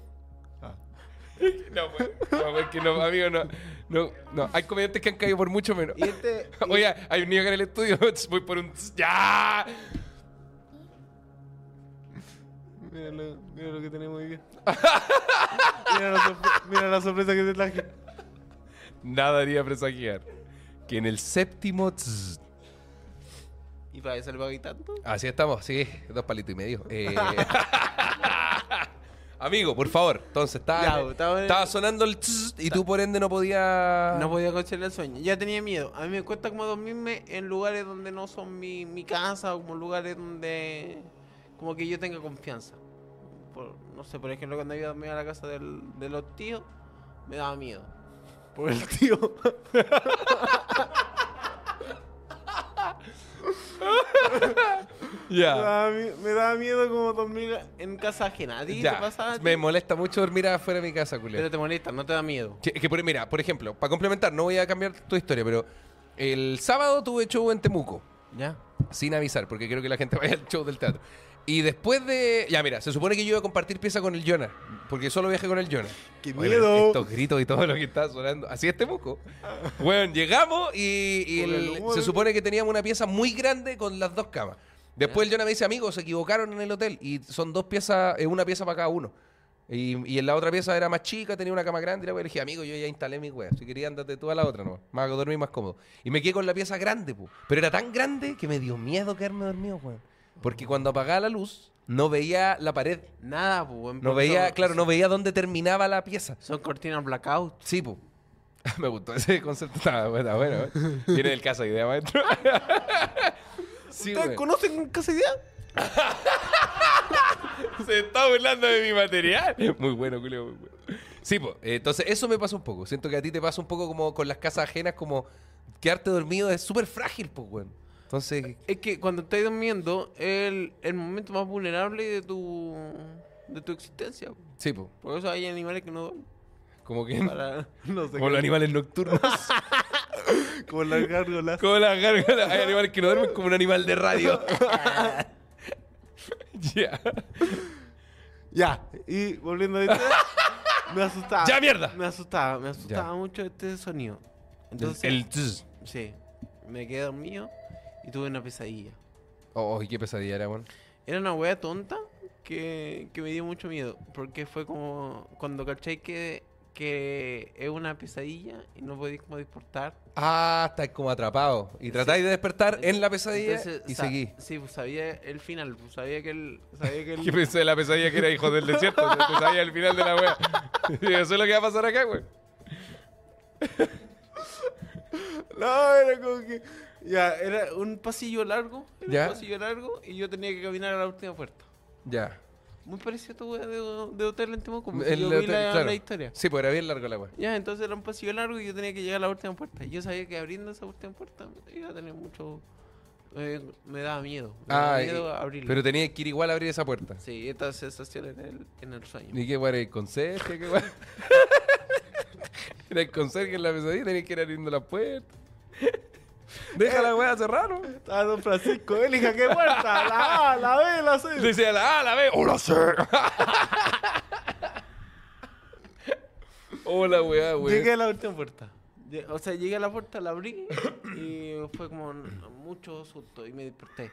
S1: No, weón. No, weón, que no, amigo, no. No, no. Hay comediantes que han caído por mucho menos.
S2: Y este. y-
S1: Oye, hay un niño acá en el estudio. Voy por un... ¡Ya!
S3: Mira lo, mira lo que tenemos hoy día. Mira la, sorpre- mira la sorpresa que te traje.
S1: Nada haría presagiar. Que en el séptimo... tss,
S2: Y para eso le pagué tanto.
S1: Así estamos, sí, dos palitos y medio. Eh, Amigo, por favor, entonces estaba,
S2: Ya, bo, estaba en el-
S1: estaba sonando el tss, y tú por ende no podías.
S2: No podía conciliar el sueño. Ya tenía miedo. A mí me cuesta como dormirme en lugares donde no son mi, mi casa o como lugares donde como que yo tenga confianza. Por- no sé, por ejemplo, cuando iba a dormir a la casa del- de los tíos, me daba miedo. Por el tío.
S1: Ya.
S2: me, daba, mi- me daba miedo como dormir en casa ajena. ¿A ti
S1: ya.
S2: te pasaba? a ti?
S1: Me molesta mucho dormir afuera de mi casa, Julio.
S2: Pero te molesta, no te da miedo.
S1: Sí, es que por- mira, por ejemplo, para complementar, no voy a cambiar tu historia, pero el sábado tuve show en Temuco,
S2: Ya.
S1: sin avisar, porque quiero que la gente vaya al show del teatro. Y después de. Ya, mira, se supone que yo iba a compartir pieza con el Jonah, porque solo viajé con el Jonah.
S3: ¡Qué
S1: Oye, pero
S3: miedo!
S1: Estos gritos y todo lo que está sonando. Así es Temuco. Bueno, llegamos y, y
S3: Por el
S1: el-
S3: humor.
S1: se supone que teníamos una pieza muy grande con las dos camas. Después el Jonah me dice, amigos, se equivocaron en el hotel y son dos piezas, eh, una pieza para cada uno. Y, y en la otra pieza era más chica, tenía una cama grande y la wea. Le dije, amigo, yo ya instalé mi wea. Si quería, andate tú a la otra nomás. Más que dormir más cómodo. Y me quedé con la pieza grande, pu. Pero era tan grande que me dio miedo quedarme dormido, weón. Porque cuando apagaba la luz, no veía la pared.
S2: Nada, pues. weón,
S1: No
S2: por
S1: veía,
S2: todo.
S1: claro, no veía dónde terminaba la pieza.
S2: Son cortinas blackout.
S1: Sí, po. Me gustó ese concepto. Está bueno, bueno. ¿eh? Viene del casa idea, maestro. sí,
S2: ¿Ustedes
S1: güey.
S2: conocen casa idea?
S1: Se está burlando de mi material. Muy bueno, Julio. muy bueno. Sí, po. Eh, Entonces, eso me pasa un poco. Siento que a ti te pasa un poco como con las casas ajenas, como quedarte dormido es súper frágil, pues, güey. Entonces,
S2: Es que cuando estás durmiendo es el, el momento más vulnerable de tu, de tu existencia.
S1: sí, po.
S2: Por eso hay animales que no duermen.
S1: Como que.
S2: Para, no sé.
S1: Como los animales nocturnos.
S3: Con las gárgolas.
S1: como las gárgolas. Hay animales que no duermen como un animal de radio. Ya.
S3: Ya, y volviendo a esto, me asustaba.
S1: ¡Ya, mierda!
S2: Me asustaba, me asustaba
S1: Ya.
S2: mucho este sonido. Entonces,
S1: El. tss.
S2: sí, me quedé dormido y tuve una pesadilla.
S1: Oh, oh, qué pesadilla era, weón.
S2: Era una wea tonta que, que me dio mucho miedo. Porque fue como cuando caché que, que es una pesadilla y no podéis como despertar.
S1: Ah, estáis como atrapado. Y tratáis de despertar en la pesadilla
S2: Entonces,
S1: y
S2: sa-
S1: seguí.
S2: Sí, pues sabía el final, pues sabía que el, sabía que el-
S1: Yo pensé de la pesadilla que era hijo del desierto. te te sabía el final de la wea. Y Eso es lo que va a pasar acá, güey.
S3: No, era como que.
S2: Ya, era un pasillo largo, era
S1: Ya.
S2: un pasillo largo y yo tenía que caminar a la última puerta.
S1: Ya.
S2: Muy parecido a tu wea de, de hotel en Temuco,
S1: como
S2: porque yo vi la, la historia.
S1: Sí, pues era bien largo la wea.
S2: Ya, entonces era un pasillo largo y yo tenía que llegar a la última puerta. Yo sabía que abriendo esa última puerta iba a tener mucho... eh, me daba miedo, me daba
S1: Ah, y-
S2: miedo abrirla.
S1: pero tenía que ir igual a abrir esa puerta.
S2: Sí, estas sensaciones en el, en el sueño.
S1: ¿Y qué wea era el conserje? ¿Qué wea? Era el conserje en la pesadilla, tenía que ir abriendo la puerta. Deja la wea cerrar, ¿no?
S3: Estaba Don Francisco, elija qué puerta. La A, la B, la C.
S1: Dice a la A, a la B. ¡Hola, C! Hola, weá, weá.
S2: Llegué a la última puerta. Pues Lle- O sea, llegué a la puerta, la abrí y fue como n- mucho susto y me desperté.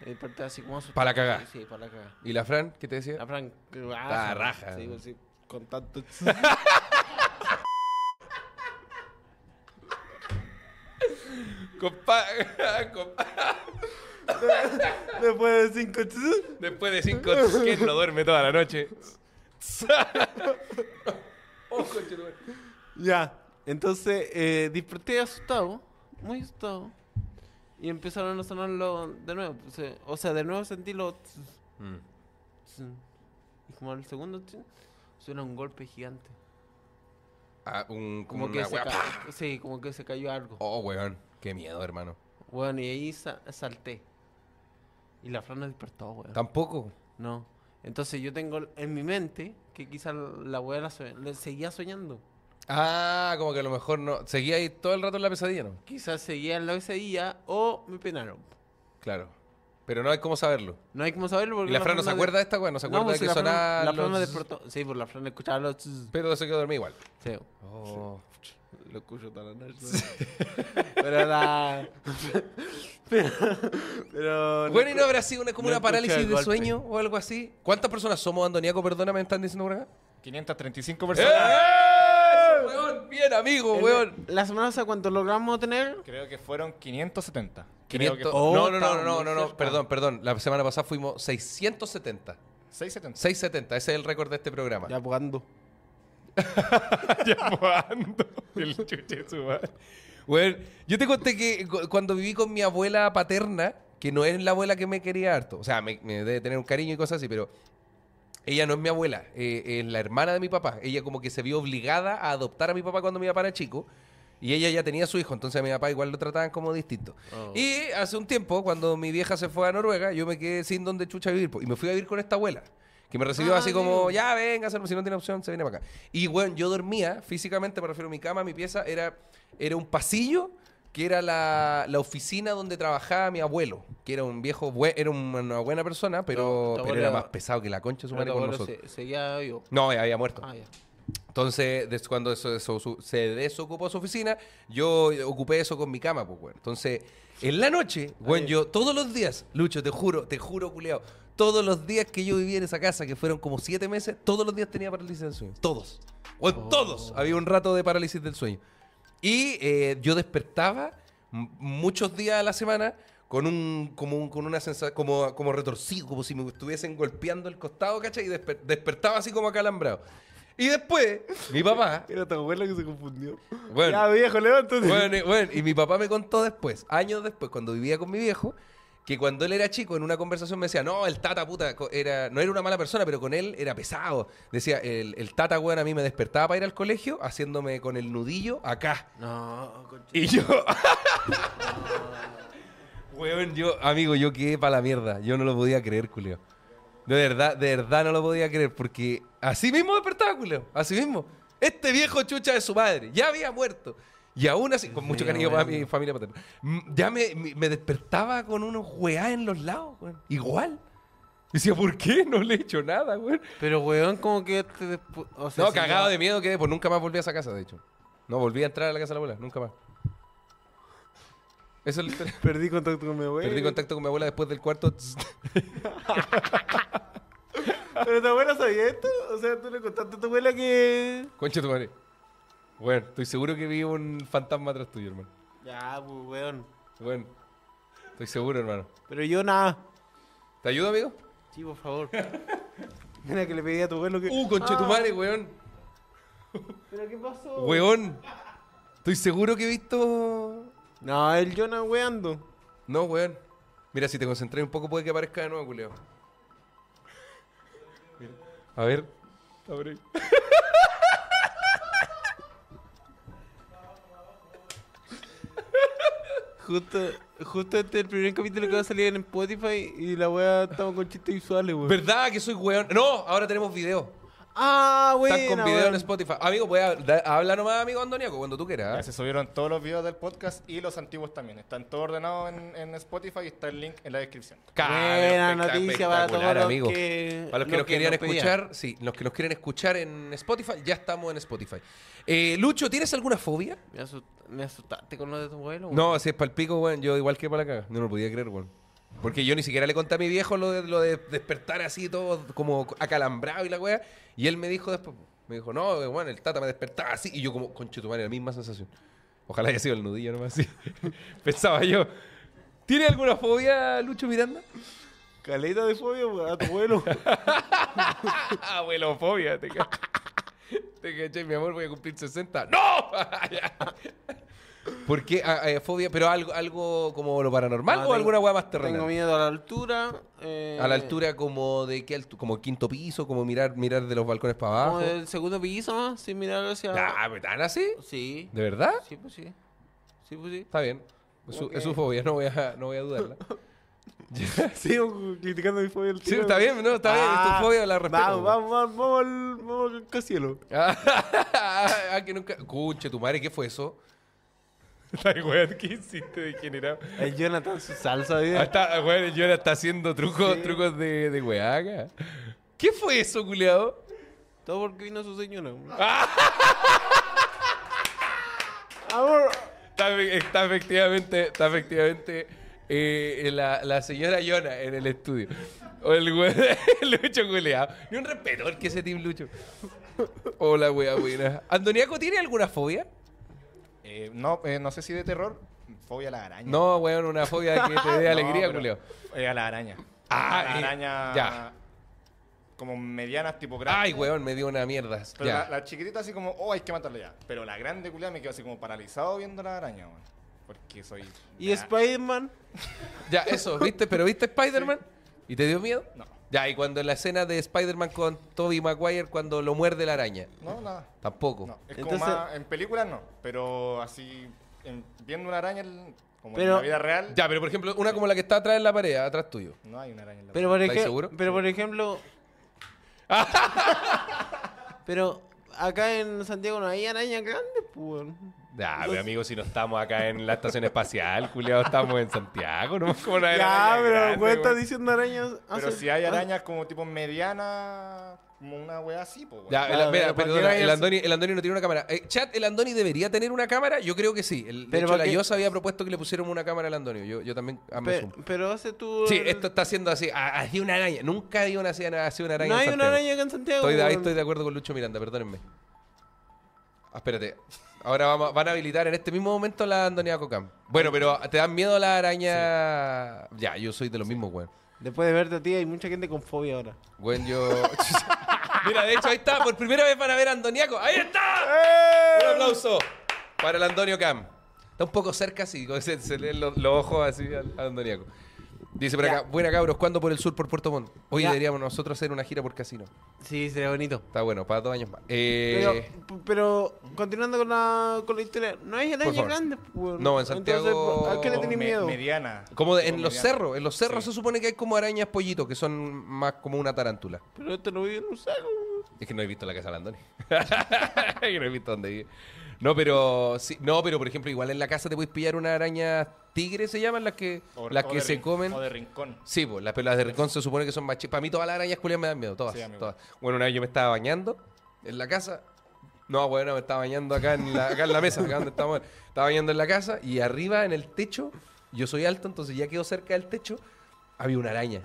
S2: Me desperté así como asustado.
S1: Pa' la cagá.
S2: Sí, para la cagá.
S1: ¿Y la Fran? ¿Qué te decía?
S2: La Fran...
S1: Ah, raja.
S2: Sí, pues, sí, con tanto...
S1: Compa- compa-
S3: Después de cinco. tss,
S1: Después de cinco, ¿quién no duerme toda la noche? Oh, conchetumare.
S3: Ya.
S2: Entonces, eh, desperté asustado, muy asustado. Y empezaron a sonarlo de nuevo. pues, eh, O sea, de nuevo sentí los...
S1: Mm.
S2: Y como al segundo tss, suena un golpe gigante.
S1: Ah, un, como,
S2: Como que
S1: una
S2: se
S1: weá, ¡pah!
S2: ca- Sí, como que se cayó algo.
S1: Oh, weón. Qué miedo, hermano.
S2: Bueno, y ahí sa- salté. Y la Fran no despertó, weón.
S1: Tampoco.
S2: No. Entonces yo tengo en mi mente que quizás la weá la sue- le seguía soñando.
S1: Ah, como que a lo mejor no. Seguía ahí todo el rato en la pesadilla, ¿no?
S2: Quizás seguía en la ese día o me penaron.
S1: Claro. Pero no hay cómo saberlo.
S2: No hay como saberlo
S1: Y
S2: porque.
S1: la Fran no se
S2: de-
S1: acuerda de esta, weón. No se
S2: No,
S1: acuerda
S2: pues
S1: de
S2: si
S1: que
S2: la Fran-
S1: sonaba.
S2: La Fran no
S1: los-
S2: despertó. Sí, pues la Fran escuchaba los. tss,
S1: Pero se quedó dormida igual.
S2: Sí.
S1: Oh.
S2: Lo escucho toda la noche. Pero la. pero. pero
S1: Bueno, ¿y no habrá sido una, como
S2: no
S1: una parálisis
S2: escuché
S1: de
S2: el golpe.
S1: sueño o algo así? ¿Cuántas personas somos, Andoniaco? Perdona, me están diciendo por acá.
S3: 535 personas.
S1: ¡Eh! Weón, bien, amigo,
S2: El-
S1: weón.
S2: La semana pasada, cuando logramos tener.
S3: Creo que fueron 570. Creo que
S1: 500.
S2: Oh,
S1: no, no, no,
S2: estamos
S1: no,
S2: muy
S1: no, no,
S2: cerca.
S1: perdón, perdón. La semana pasada fuimos 670.
S3: 670.
S1: 670, ese es el récord de este programa.
S2: Ya jugando.
S3: El chuche su madre.
S1: Bueno, yo te conté que cu- cuando viví con mi abuela paterna, que no es la abuela que me quería harto, o sea, me, me debe tener un cariño y cosas así, pero ella no es mi abuela, eh, es la hermana de mi papá. Ella como que se vio obligada a adoptar a mi papá cuando mi papá era chico. Y ella ya tenía su hijo, entonces a mi papá igual lo trataban como distinto.
S2: Oh.
S1: Y hace un tiempo, cuando mi vieja se fue a Noruega, yo me quedé sin donde chucha vivir. po, Y me fui a vivir con esta abuela, que me recibió
S2: Ah,
S1: así como,
S2: sí.
S1: ya, venga, si no tiene opción, se viene para acá. Y bueno, yo dormía, físicamente, me refiero a mi cama, mi pieza, era, era un pasillo que era la, la oficina donde trabajaba mi abuelo, que era un viejo, bue- era una buena persona, pero,
S2: tu
S1: pero era
S2: abuelo-
S1: más pesado que la concha de su
S2: Pero
S1: madre
S2: tu
S1: con
S2: abuelo
S1: nosotros.
S2: se- seguía vivo.
S1: No, ya había muerto.
S2: Ah, ya.
S1: Entonces, des- cuando eso- eso- su- se desocupó su oficina, yo ocupé eso con mi cama, pues, weón. Entonces, en la noche, weón,
S2: Oye.
S1: yo todos los días, Lucho, te juro, te juro, culeado, todos los días que yo vivía en esa casa, que fueron como siete meses, todos los días tenía parálisis del sueño. Todos. Weón,
S2: Oh.
S1: todos. Había un rato de parálisis del sueño. Y eh, yo despertaba m- muchos días a la semana con un como un- con una sensación como, como retorcido, como si me estuviesen golpeando el costado, ¿cachai? Y desper- despertaba así como acalambrado. Y después, mi papá,
S3: Era tu abuela que se confundió.
S1: Bueno.
S3: Ya, viejo, levántate.
S1: bueno, y, bueno, eh, y mi papá me contó después, años después, cuando vivía con mi viejo, que cuando él era chico, en una conversación me decía, no, el tata puta, co- era, no era una mala persona, pero con él era pesado. Decía, el, el tata, weón, a mí me despertaba para ir al colegio, haciéndome con el nudillo acá.
S2: No, concha.
S1: Y yo. Weón, yo, amigo, yo quedé para la mierda. Yo no lo podía creer, culeo. De verdad, de verdad no lo podía creer, porque así mismo despertaba, culeo. Así mismo. Este viejo chucha de su madre, ya había muerto. Y aún así, con mucho cariño para mi familia paterna, mm, ya me, me- me despertaba con unos weá en los lados, weón. Igual. Y decía, ¿por qué? No le he hecho nada, weón.
S2: Pero, weón, como que. Te despu- o sea,
S1: No,
S2: si
S1: cagado
S2: ya-
S1: de miedo quedé, pues nunca más volví a esa casa, de hecho. No, volví a entrar a la casa de la abuela, nunca más. Eso es el...
S3: Perdí contacto con mi abuela.
S1: Perdí contacto con mi abuela después del cuarto.
S3: Pero tu abuela sabía esto. O sea, tú le contaste a tu abuela que.
S1: Concha tu madre. Bueno, estoy seguro que vi un fantasma atrás tuyo, hermano.
S2: Ya, pues, weón.
S1: Bueno, estoy seguro, hermano.
S2: Pero yo nada.
S1: ¿Te ayudo, amigo?
S2: Sí, por favor.
S3: Mira, que le pedí a tu abuelo que. Ah,
S1: Uh, concha tu madre, weón.
S2: ¿Pero qué pasó?
S1: Weón. Estoy seguro que he visto.
S2: No, el Jonah weando.
S1: No, weón. Mira, si te concentré un poco puede que aparezca de nuevo, culeo. Mira. A ver. Abre.
S2: Justo, justo este es el primer capítulo que va a salir en Spotify y la wea estamos con chistes visuales, weón.
S1: ¿Verdad que soy weón? No, ahora tenemos video.
S2: Ah, weón.
S1: Están con video en Spotify. Amigo, voy a da- habla nomás, amigo Andoniaco, cuando tú quieras. ¿ah?
S4: Ya se subieron todos los videos del podcast y los antiguos también. Están todo ordenado en, en Spotify y está el link en la descripción.
S2: Buena
S1: Espectac-
S2: noticia para todos
S1: espectacular,
S2: los
S1: amigo.
S2: que-
S1: Para los que
S2: los
S1: nos
S2: que
S1: querían
S2: nos pedían.
S1: escuchar, sí, los que nos quieren escuchar en Spotify, ya estamos en Spotify. Eh, Lucho, ¿tienes alguna fobia?
S2: Me, asust- me asustaste con lo de tu abuelo, weón.
S1: No, si es para el pico, weón, yo igual que para la caga. No lo podía creer, weón. Porque yo ni siquiera le conté a mi viejo lo de, lo de despertar así todo como acalambrado y la weá. Y él me dijo después, me dijo, no, weón, el tata me despertaba así. Y yo como, conchetumare, la misma sensación. Ojalá haya sido el nudillo nomás así. Pensaba yo. ¿Tiene alguna fobia, Lucho Miranda?
S3: Caleta de fobia weón, a tu abuelo.
S1: Abuelofobia, te caché. te caché, mi amor, voy a cumplir 60. ¡No! ¿Por qué? Ah, eh, fobia, pero algo, algo como lo paranormal
S2: Ah,
S1: o
S2: tengo-
S1: alguna weá más terrenal.
S2: Tengo miedo a la altura. eh,
S1: A la altura como de qué altu- como quinto piso, como mirar, mirar de los balcones para
S2: Como
S1: abajo.
S2: del segundo piso, ¿no? sin mirar hacia.
S1: Ah, ¿pero tan así?
S2: Sí.
S1: ¿De verdad?
S2: Sí, pues sí. Sí, pues sí.
S1: Está bien. Es su, es su fobia, no voy a, no voy a dudarla.
S3: Sigo criticando mi fobia del
S1: Sí, está bien, no, está bien. Es
S3: Ah,
S1: tu fobia, la respeto.
S3: Vamos,
S1: weón.
S3: vamos, vamos, vamos al vamos al casielo.
S1: ah, que nunca. Cuche, tu madre, ¿qué fue eso? La weón, ¿qué hiciste degenerado?
S3: El Jonathan, su salsa,
S1: Ah,
S3: vida.
S1: está, weón, yo ahora está haciendo trucos, trucos de, de weá acá. ¿Qué fue eso, culeado?
S2: Todo porque vino su señora.
S3: Amor.
S1: Está, efe- está efectivamente, está efectivamente eh, la, la señora Yona en el estudio. O el güey Lucho culeado. Ni un respeto el que ese team Lucho. Hola, wea buena. ¿Andoniaco tiene alguna fobia?
S4: Eh, no, eh, no sé si de terror, fobia a la araña.
S1: No, weón, una fobia que te dé alegría,
S4: pero,
S1: culeado.
S4: eh, a la araña.
S1: Ah,
S4: a la
S1: eh,
S4: araña.
S1: ya.
S4: Como medianas, tipo grandes.
S1: Ay, weón, me dio una mierda.
S4: Pero
S1: Ya.
S4: la, la chiquitita así como, oh, hay que matarla ya. Pero la grande culia me quedo así como paralizado viendo la araña, weón. Porque soy.
S2: Y
S4: me da-
S2: Spider-Man.
S1: Ya, eso, ¿viste? Pero ¿viste Spider-Man? ¿Y te dio miedo?
S4: No.
S1: Ya, y cuando en la escena de Spider-Man con Tobey Maguire, cuando lo muerde la araña.
S4: No, nada.
S1: Tampoco.
S4: No. Es
S2: Entonces-
S4: como más. En películas no. Pero así. en- viendo una araña el- como
S2: Pero-
S4: en la vida real.
S1: Ya, pero por ejemplo, una como la que está atrás en la pared, atrás tuyo.
S4: No hay una araña en la
S2: Pero por,
S1: ¿Estáis
S2: ejem-
S1: seguro?
S2: pero por ejemplo. pero acá en Santiago no hay arañas grandes, pues. weón.
S1: Ya, pero amigo, si no estamos acá en la estación espacial, culiado, estamos en Santiago, no como una
S3: Ya,
S1: araña
S3: pero
S1: grande,
S3: el güey está
S1: weón.
S3: diciendo arañas.
S4: Pero
S2: ah,
S3: hace-
S4: si hay arañas como tipo mediana, como una weá así, pues.
S1: Ya, el,
S3: Claro,
S1: espera,
S3: pero ¿para
S1: perdona,
S3: qué vayas-
S1: el, Andoni, el Andoni no tiene una cámara. Eh, chat, ¿el Andoni debería tener una cámara? Yo creo que sí. El, de
S2: Pero
S1: hecho,
S2: ¿para
S1: la
S2: qué?
S1: Yosa había propuesto que le pusiéramos una cámara al Andoni. Yo, yo también ah, me
S2: Pe-
S1: sumo.
S2: pero hace tú.
S1: Sí,
S2: el-
S1: esto está haciendo así. ah, Así una araña. Nunca había una, así una así una araña.
S2: No
S1: en
S2: hay una
S1: Santiago.
S2: araña acá en Santiago.
S1: Estoy de, ahí
S2: weón.
S1: estoy de acuerdo con Lucho Miranda, perdónenme. Ah, espérate. Ahora vamos, van a habilitar en este mismo momento la Andonia Cocam. Bueno, pero te dan miedo la araña. Ya, yo soy de los mismos, weón.
S2: Después de verte a ti, hay mucha gente con fobia ahora.
S1: Güey, yo. Mira, de hecho, ahí está. Por primera vez van a ver a Andoniaco. ¡Ahí está!
S2: ¡Eh!
S1: Un aplauso para el Andonio Cam. Está un poco cerca, sí. con- Se, se leen los, los ojos así al, al Andoniaco. Dice por acá, buena cabros, ¿cuándo por el sur por Puerto Montt? Hoy
S2: Ya.
S1: deberíamos nosotros hacer una gira por casino.
S2: Sí, sería bonito.
S1: Está bueno, para dos años más. Eh,
S2: Pero, p- pero, continuando con la, con la historia, no hay arañas
S1: favor.
S2: grandes, pues. weón.
S1: No, en Santiago-
S2: Entonces, ¿a qué le tenéis
S4: me-
S2: miedo?
S4: Mediana.
S1: como de- en
S4: Tipo
S1: los
S4: mediana.
S1: cerros, en los cerros
S4: Sí.
S1: se supone que hay como arañas pollitos, que son más como una tarántula.
S2: Pero esto no vive en un cerro. weón.
S1: Es que no he visto la casa de Andoni. que no he visto dónde vive. No, pero sí, no, pero por ejemplo, igual en la casa te puedes pillar una araña tigre, se llaman las que
S4: O-
S1: las
S4: o
S1: que
S4: de
S1: se
S4: rin-
S1: comen.
S4: O de rincón.
S1: Sí, pues las pelas de rincón se supone que son más chi- Para mí todas las arañas culiadas me dan miedo, todas,
S4: Sí, amigo.
S1: todas. Bueno, una vez yo me estaba bañando en la casa. No, bueno, me estaba bañando acá en la, acá en la mesa, acá donde estamos. Estaba bañando en la casa y arriba en el techo, yo soy alto, entonces ya quedo cerca del techo, había una araña.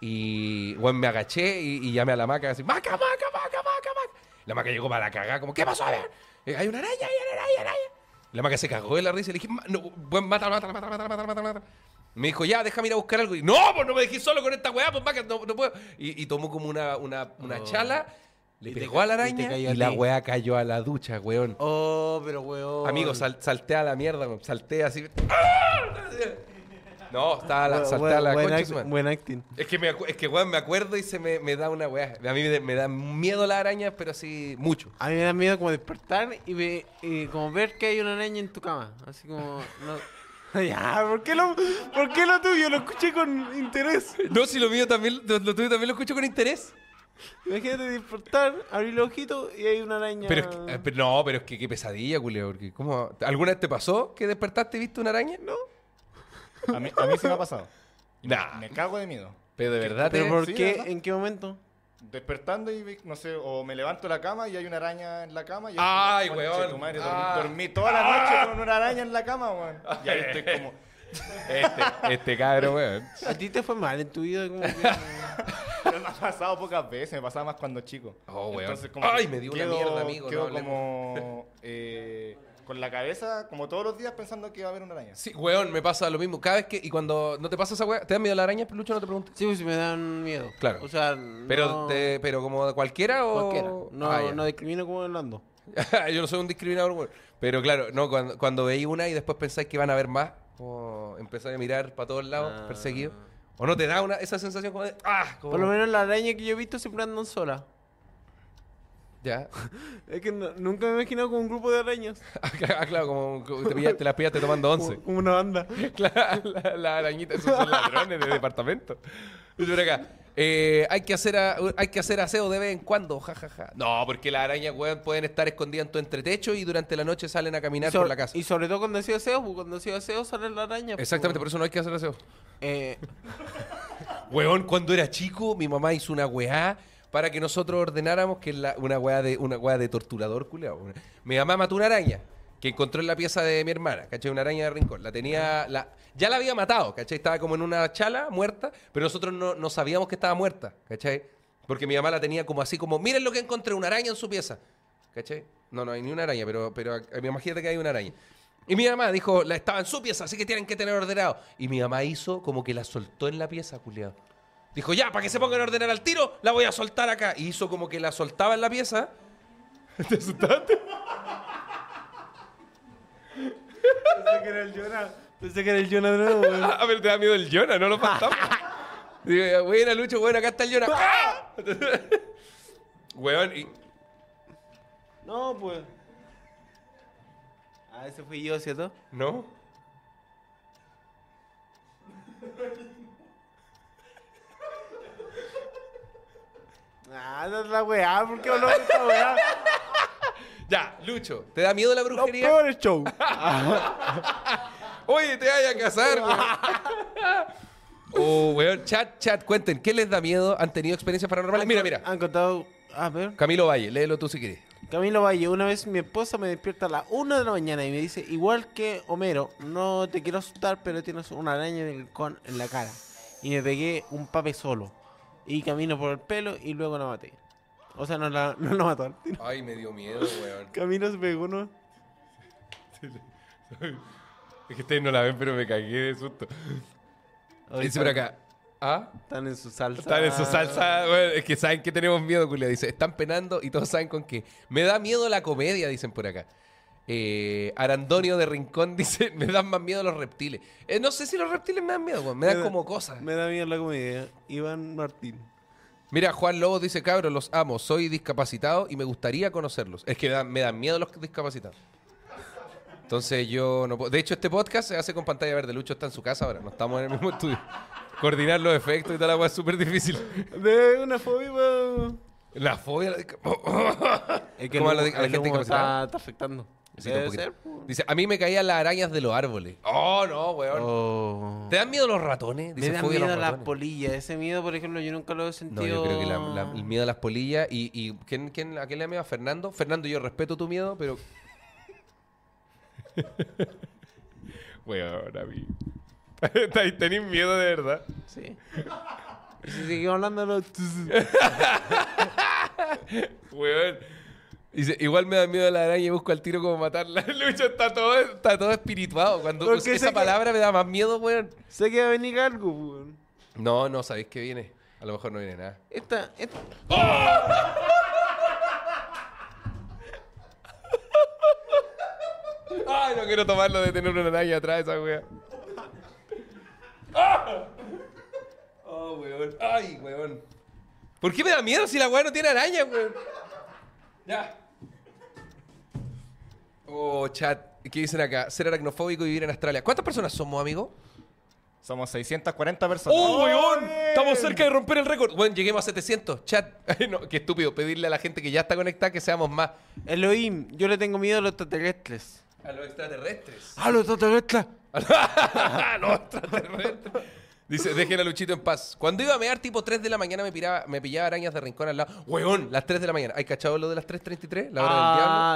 S1: Y, bueno, me agaché y, y llamé a la maca así, maca, maca, maca, maca, maca. La maca llegó para la cagada, como, ¿qué pasó? A ver, eh, hay una araña, hay una araña, hay una araña. La maca se cagó de la risa y le dije, "Ma- no, buen, mátala, mátala, mátala, mátala, mátala, mátala, mátala". Me dijo, ya, déjame ir a buscar algo. Y no, pues no me dejé solo con esta weá, pues maca, no, no puedo. Y, y tomó como una, una, una
S2: Oh.
S1: chala, le
S2: Y te
S1: pegó
S2: ca-
S1: a la
S2: y te
S1: araña y,
S2: cayó a
S1: la
S2: ti.
S1: weá cayó a la ducha, weón.
S2: Oh, pero weón.
S1: Amigo, sal- salté a la mierda, weón. Salté así. ¡Ah! No, estaba a la,
S2: Bu-
S1: salté a la
S2: buen
S1: concha de
S2: act-
S1: su madre.
S2: buen acting.
S1: Es que, me, acu- es que weón, me acuerdo y se me, me da una weá. A mí me, me da miedo la araña, pero así mucho.
S2: A mí me da miedo como despertar y, ve- y como ver que hay una araña en tu cama. Así como. No... ya,
S3: ¿Por qué, lo, ¿Por qué lo tuyo? Lo escuché con interés.
S1: No, si lo mío también, lo, lo tuyo también lo escucho con interés.
S2: imagínate despertar, abrir los ojitos y hay una araña.
S1: Pero, es que- eh, pero no, pero es que qué pesadilla, culeo. Porque ¿cómo? ¿Alguna vez te pasó que despertaste y viste una araña? No.
S4: A mí, a mí se me ha pasado.
S1: Nah.
S4: Me cago de miedo.
S1: Pero de verdad,
S2: ¿Pero
S1: te-
S2: por
S4: sí,
S2: qué?
S4: ¿verdad?
S2: ¿En qué momento?
S4: Despertando y ve- no sé, o me levanto de la cama y hay una araña en la cama. Y yo
S1: Ay,
S4: como, "Conche
S1: weón.
S4: tu madre, dormí,
S1: Ah.
S4: dormí toda la noche con una araña en la cama, weón. Y ahí estoy como.
S1: este, este cabrón, weón.
S2: ¿A ti te fue mal en tu vida? Como que-
S4: Pero me ha pasado pocas veces, me pasaba más cuando chico.
S1: Oh, weón.
S4: Entonces, como
S1: Ay,
S4: que
S1: me dio una mierda, amigo,
S4: Quedo
S1: no hablemos.
S4: como. eh, con la cabeza, como todos los días, pensando que va a haber una araña.
S1: Sí, weón, me pasa lo mismo. Cada vez que. Y cuando no te pasa esa weá, ¿te da miedo la araña, Pelucho? No te pregunto.
S2: Sí, pues me dan miedo.
S1: Claro.
S2: O sea,
S1: Pero,
S2: no-
S1: te- pero como cualquiera o.
S2: Cualquiera. No,
S1: Ah, ya.
S2: no discrimino como hablando.
S1: Yo no soy un discriminador, weón. Pero claro, no, cuando, cuando veí una y después pensáis que van a haber más, como empezáis a mirar para todos lados,
S2: Ah.
S1: perseguido. O no te da una, esa sensación como de. ¡Ah! Como,
S2: Por lo menos las arañas que yo he visto siempre andan solas.
S1: Ya.
S2: Es que no- nunca me he imaginado con un grupo de arañas.
S1: ah, claro, como como te, pillaste, las pillaste tomando
S3: Como,
S1: once.
S3: como una banda.
S1: Claro, la, la arañita, esos son ladrones de departamento. Y por acá. eh, hay, que hacer a- hay que hacer aseo de vez en cuando, jajaja. No, porque las arañas, weón, pueden estar escondidas en tu entretecho y durante la noche salen a caminar
S2: So-
S1: por la casa.
S2: Y sobre todo cuando ha sido aseo, porque cuando ha sido aseo sale la araña. pues,
S1: Exactamente, por
S2: weón.
S1: eso no hay que hacer aseo.
S2: Eh,
S1: Weón, cuando era chico, mi mamá hizo una weá para que nosotros ordenáramos que es la- una weá de una weá de torturador, culiao. Mi mamá mató una araña que encontró en la pieza de mi hermana, ¿cachai? Una araña de rincón. La tenía. La, ya la había matado, ¿cachai? Estaba como en una chala muerta, pero nosotros no, no sabíamos que estaba muerta, ¿cachai? Porque mi mamá la tenía como así, como, miren lo que encontré, una araña en su pieza. ¿Cachai? No, no hay ni una araña, pero, pero a- a- imagínate que hay una araña. Y mi mamá dijo, la estaba en su pieza, así que tienen que tener ordenado. Y mi mamá hizo como que la soltó en la pieza, culiado. Dijo, ya, para que se pongan a ordenar al tiro, la voy a soltar acá. Y hizo como que la soltaba en la pieza. ¿Te asustaste?
S3: Pensé que era el Jonah. Pensé que era el Jonah de nuevo, weón.
S1: A ver, te da miedo el Jonah, no lo faltaba. Digo, buena, Lucho, bueno, acá está el Jonah. ¡Ah! Weón, y...
S3: No, pues.
S2: ah, ese fui yo, ¿cierto?
S1: ¿No?
S2: Ah, no es la weá, ¿por qué hablamos de esta weá?
S1: Ya, Lucho, ¿te da miedo la
S3: Los
S1: brujería?
S3: peores show.
S1: Oye, te vayas a casar, weón. Oh, weón, chat, chat, cuenten, ¿qué les da miedo? ¿Han tenido experiencias paranormales? Ah, Mira, mira,
S2: Han contado. A ver.
S1: Camilo Valle, léelo tú si querés.
S2: Camilo Valle, una vez mi esposa me despierta a las 1 de la mañana y me dice, igual que Homero, no te quiero asustar, pero tienes una araña de halcón en la cara. Y me pegué un pape solo. Y camino por el pelo y luego la maté. O sea, no la, no la mató al tiro.
S1: Ay, me dio miedo, weón.
S3: Camilo se pegó, ¿no?
S1: Es que ustedes no la ven, pero me cagué de susto. Dice por acá. ¿Ah?
S2: Están en su salsa.
S1: Están en su salsa. weón, es que saben que tenemos miedo, Julia. Dice, están penando y todos saben con qué. Me da miedo la comedia, dicen por acá. Eh, Arandonio de Rincón dice, me dan más miedo los reptiles. Eh, no sé si los reptiles me dan miedo, weón, me dan como cosas.
S3: Me da miedo la comedia. Iván Martín.
S1: Mira, Juan Lobo dice, cabros, los amo, soy discapacitado y me gustaría conocerlos. Es que da- me dan miedo los discapacitados. Entonces yo no puedo... De hecho, este podcast se hace con pantalla verde. Lucho está en su casa ahora, no estamos en el mismo estudio. Coordinar los efectos y tal agua es súper difícil.
S3: De una fobia. weón.
S1: La fobia... a La disca-
S2: Es que
S1: Como
S2: el
S1: a la-
S2: humo-
S1: a la
S2: el
S1: gente
S2: humo
S1: discapacitada.
S2: está, está afectando.
S1: Sí,
S2: Debe
S1: un poquito.
S2: ser, pues, po.
S1: Dice, a mí me caían las arañas de los árboles. Oh, no, weón.
S2: Oh.
S1: ¿Te dan miedo los ratones?
S2: Me
S1: Dice,
S2: da
S1: fobia a
S2: miedo las
S1: ratones.
S2: polillas. Ese miedo, por ejemplo, yo nunca lo he sentido.
S1: No, yo creo que la- la- el miedo a las polillas. ¿Y, y ¿quién, quién, a quién le da miedo? ¿A Fernando? Fernando, yo respeto tu miedo, pero. Weón, a mí. Tenís miedo de verdad.
S2: Sí. Y si seguimos hablando de los...
S1: Weón. Dice, igual me da miedo la araña y busco al tiro como matarla. Lucho está todo, está todo espirituado. Cuando
S3: Porque
S1: usé
S3: sé
S1: esa
S3: que-
S1: palabra me da más miedo, weón.
S3: Sé que va a venir algo, weón.
S1: No, no, sabéis que viene. A lo mejor no viene nada.
S2: Esta, esta.
S1: Ay, no quiero tomarlo de tener una araña atrás, esa wea. ¡Ah! Oh, weón. Ay, weón. ¿Por qué me da miedo si la weá no tiene araña, weón? Ya. Oh, chat. ¿Qué dicen acá? Ser aracnofóbico y vivir en Australia. ¿Cuántas personas somos, amigo?
S4: Somos 640 personas.
S1: ¡Oh, weón! Estamos cerca de romper el récord. Bueno, lleguemos a 700. Chat. Ay, no, qué estúpido. Pedirle a la gente que ya está conectada que seamos más.
S2: Elohim, yo le tengo miedo a los extraterrestres.
S1: A los extraterrestres.
S2: ¡Ah, los extraterrestres!
S1: los extraterrestres. Dice, dejen a Luchito en paz. Cuando iba a mear tipo 3 de la mañana me, piraba, me pillaba arañas de rincón al lado. Huevón, las 3 de la mañana. ¿Hay cachado lo de las 3.33? La hora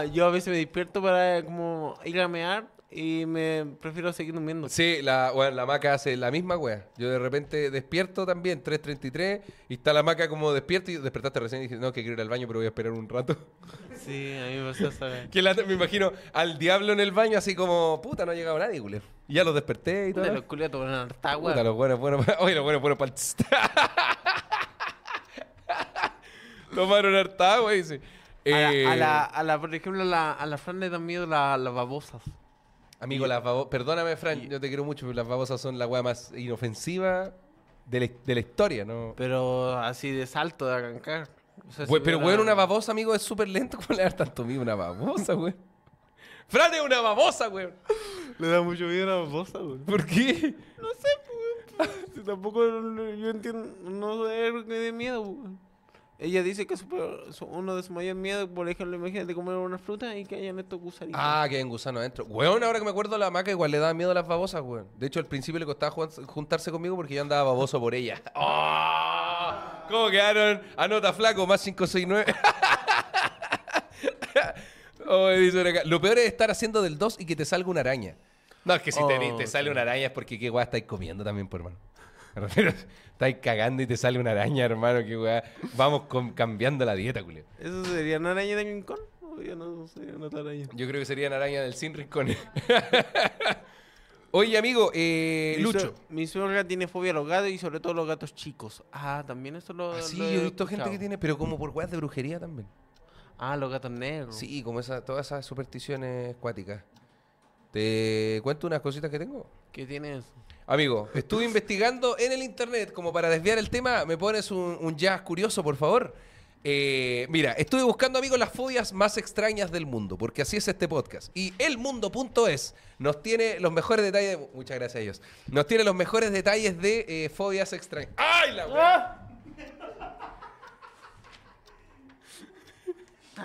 S2: Ah, yo a veces me despierto para eh, como ir a mear y me prefiero seguir durmiendo.
S1: del diablo. Sí, la, bueno, la maca hace la misma wea. Yo de repente despierto también, 3.33, y está la maca como despierto y despertaste recién y dije, no, que quiero ir al baño, pero voy a esperar un rato.
S2: Sí, a mí me pasa esa vez.
S1: que la- me imagino al diablo en el baño así como, puta, no ha llegado nadie, culero. Y ya los desperté y todo.
S2: Puta, los culiados toman harta agua.
S1: Puta, los buenos, buenos. Oye, los buenos, buenos para el. Tomaron harta agua, dice.
S2: A la, a
S1: Eh,
S2: la, a la- por ejemplo, a la, a la Fran le dan miedo la- las babosas.
S1: Amigo, las babosas. Perdóname, Fran, yo te quiero mucho, pero las babosas son la weá más inofensiva de la, de la historia, ¿no?
S2: Pero así de salto, de arrancar. O sea,
S1: Güey,
S2: si
S1: pero,
S2: hubiera-
S1: weón, una babosa, amigo, es súper lento. ¿Cómo le das tanto miedo a una babosa, weón? Fran es una babosa, weón.
S3: Le da mucho miedo a la babosa, güey.
S1: ¿Por qué?
S2: Si Tampoco yo entiendo, no sé lo que de miedo. weón. Ella dice que su peor- su- uno de sus mayores miedos, por ejemplo, imagínate comer una fruta y que hayan estos gusanitos.
S1: Ah, que hay un gusano adentro. Weón, ahora que me acuerdo, la maca igual le daba miedo a las babosas, weón. De hecho, al principio le costaba juan- juntarse conmigo porque yo andaba baboso por ella. ¡Oh! ¿Cómo quedaron? Anota flaco, más 569. Oh, dice por acá, Lo peor es estar haciendo del 2 y que te salga una araña. No, es que si te,
S2: Oh,
S1: te
S2: sí.
S1: sale una araña es porque qué weá estáis comiendo también, por hermano. Me refiero, estáis cagando y te sale una araña, hermano, qué weá. Vamos con- cambiando la dieta, culio.
S2: ¿Eso sería una araña de rincón? No, ya no sería una araña.
S1: Yo creo que serían araña del sin rincones. Oye, amigo, eh,
S2: Mi
S1: Lucho.
S2: suegra- mi suegra tiene fobia a los gatos y sobre todo a los gatos chicos. Ah, también eso lo.
S1: Ah, sí,
S2: lo
S1: yo he visto gente
S2: escuchado.
S1: que tiene, pero como por weas de brujería también.
S2: Ah, los gatos negros.
S1: Sí, como esa, todas esas supersticiones cuáticas. Te cuento unas cositas que tengo.
S2: ¿Qué tiene eso?
S1: Amigo, estuve investigando en el internet, como para desviar el tema, me pones un, un jazz curioso, por favor. Eh, mira, estuve buscando, amigos, las fobias más extrañas del mundo, porque así es este podcast. Y elmundo.es nos tiene los mejores detalles. de- muchas gracias a ellos. Nos tiene los mejores detalles de eh, fobias extrañas. ¡Ay, la wea!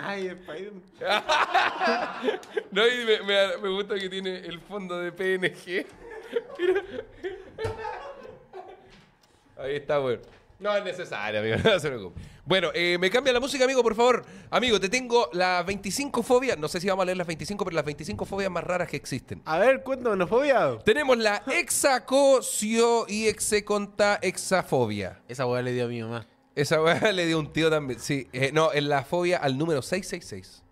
S2: Ay, Spider-Man.
S1: No, y me, me- me gusta que tiene el fondo de PNG. Mira. Ahí está, weón. No es necesario, amigo, no se preocupe. Bueno, eh, me cambia la música, amigo, por favor. Amigo, te tengo las 25 fobias. No sé si vamos a leer las 25, pero las 25 fobias más raras que existen.
S2: A ver, cuéntame, ¿no fobia?
S1: Tenemos la hexacocio y hexeconta hexafobia.
S2: Esa hueá le dio a mi mamá.
S1: Esa weá le dio un tío también. Sí, eh, no, es la fobia al número 666.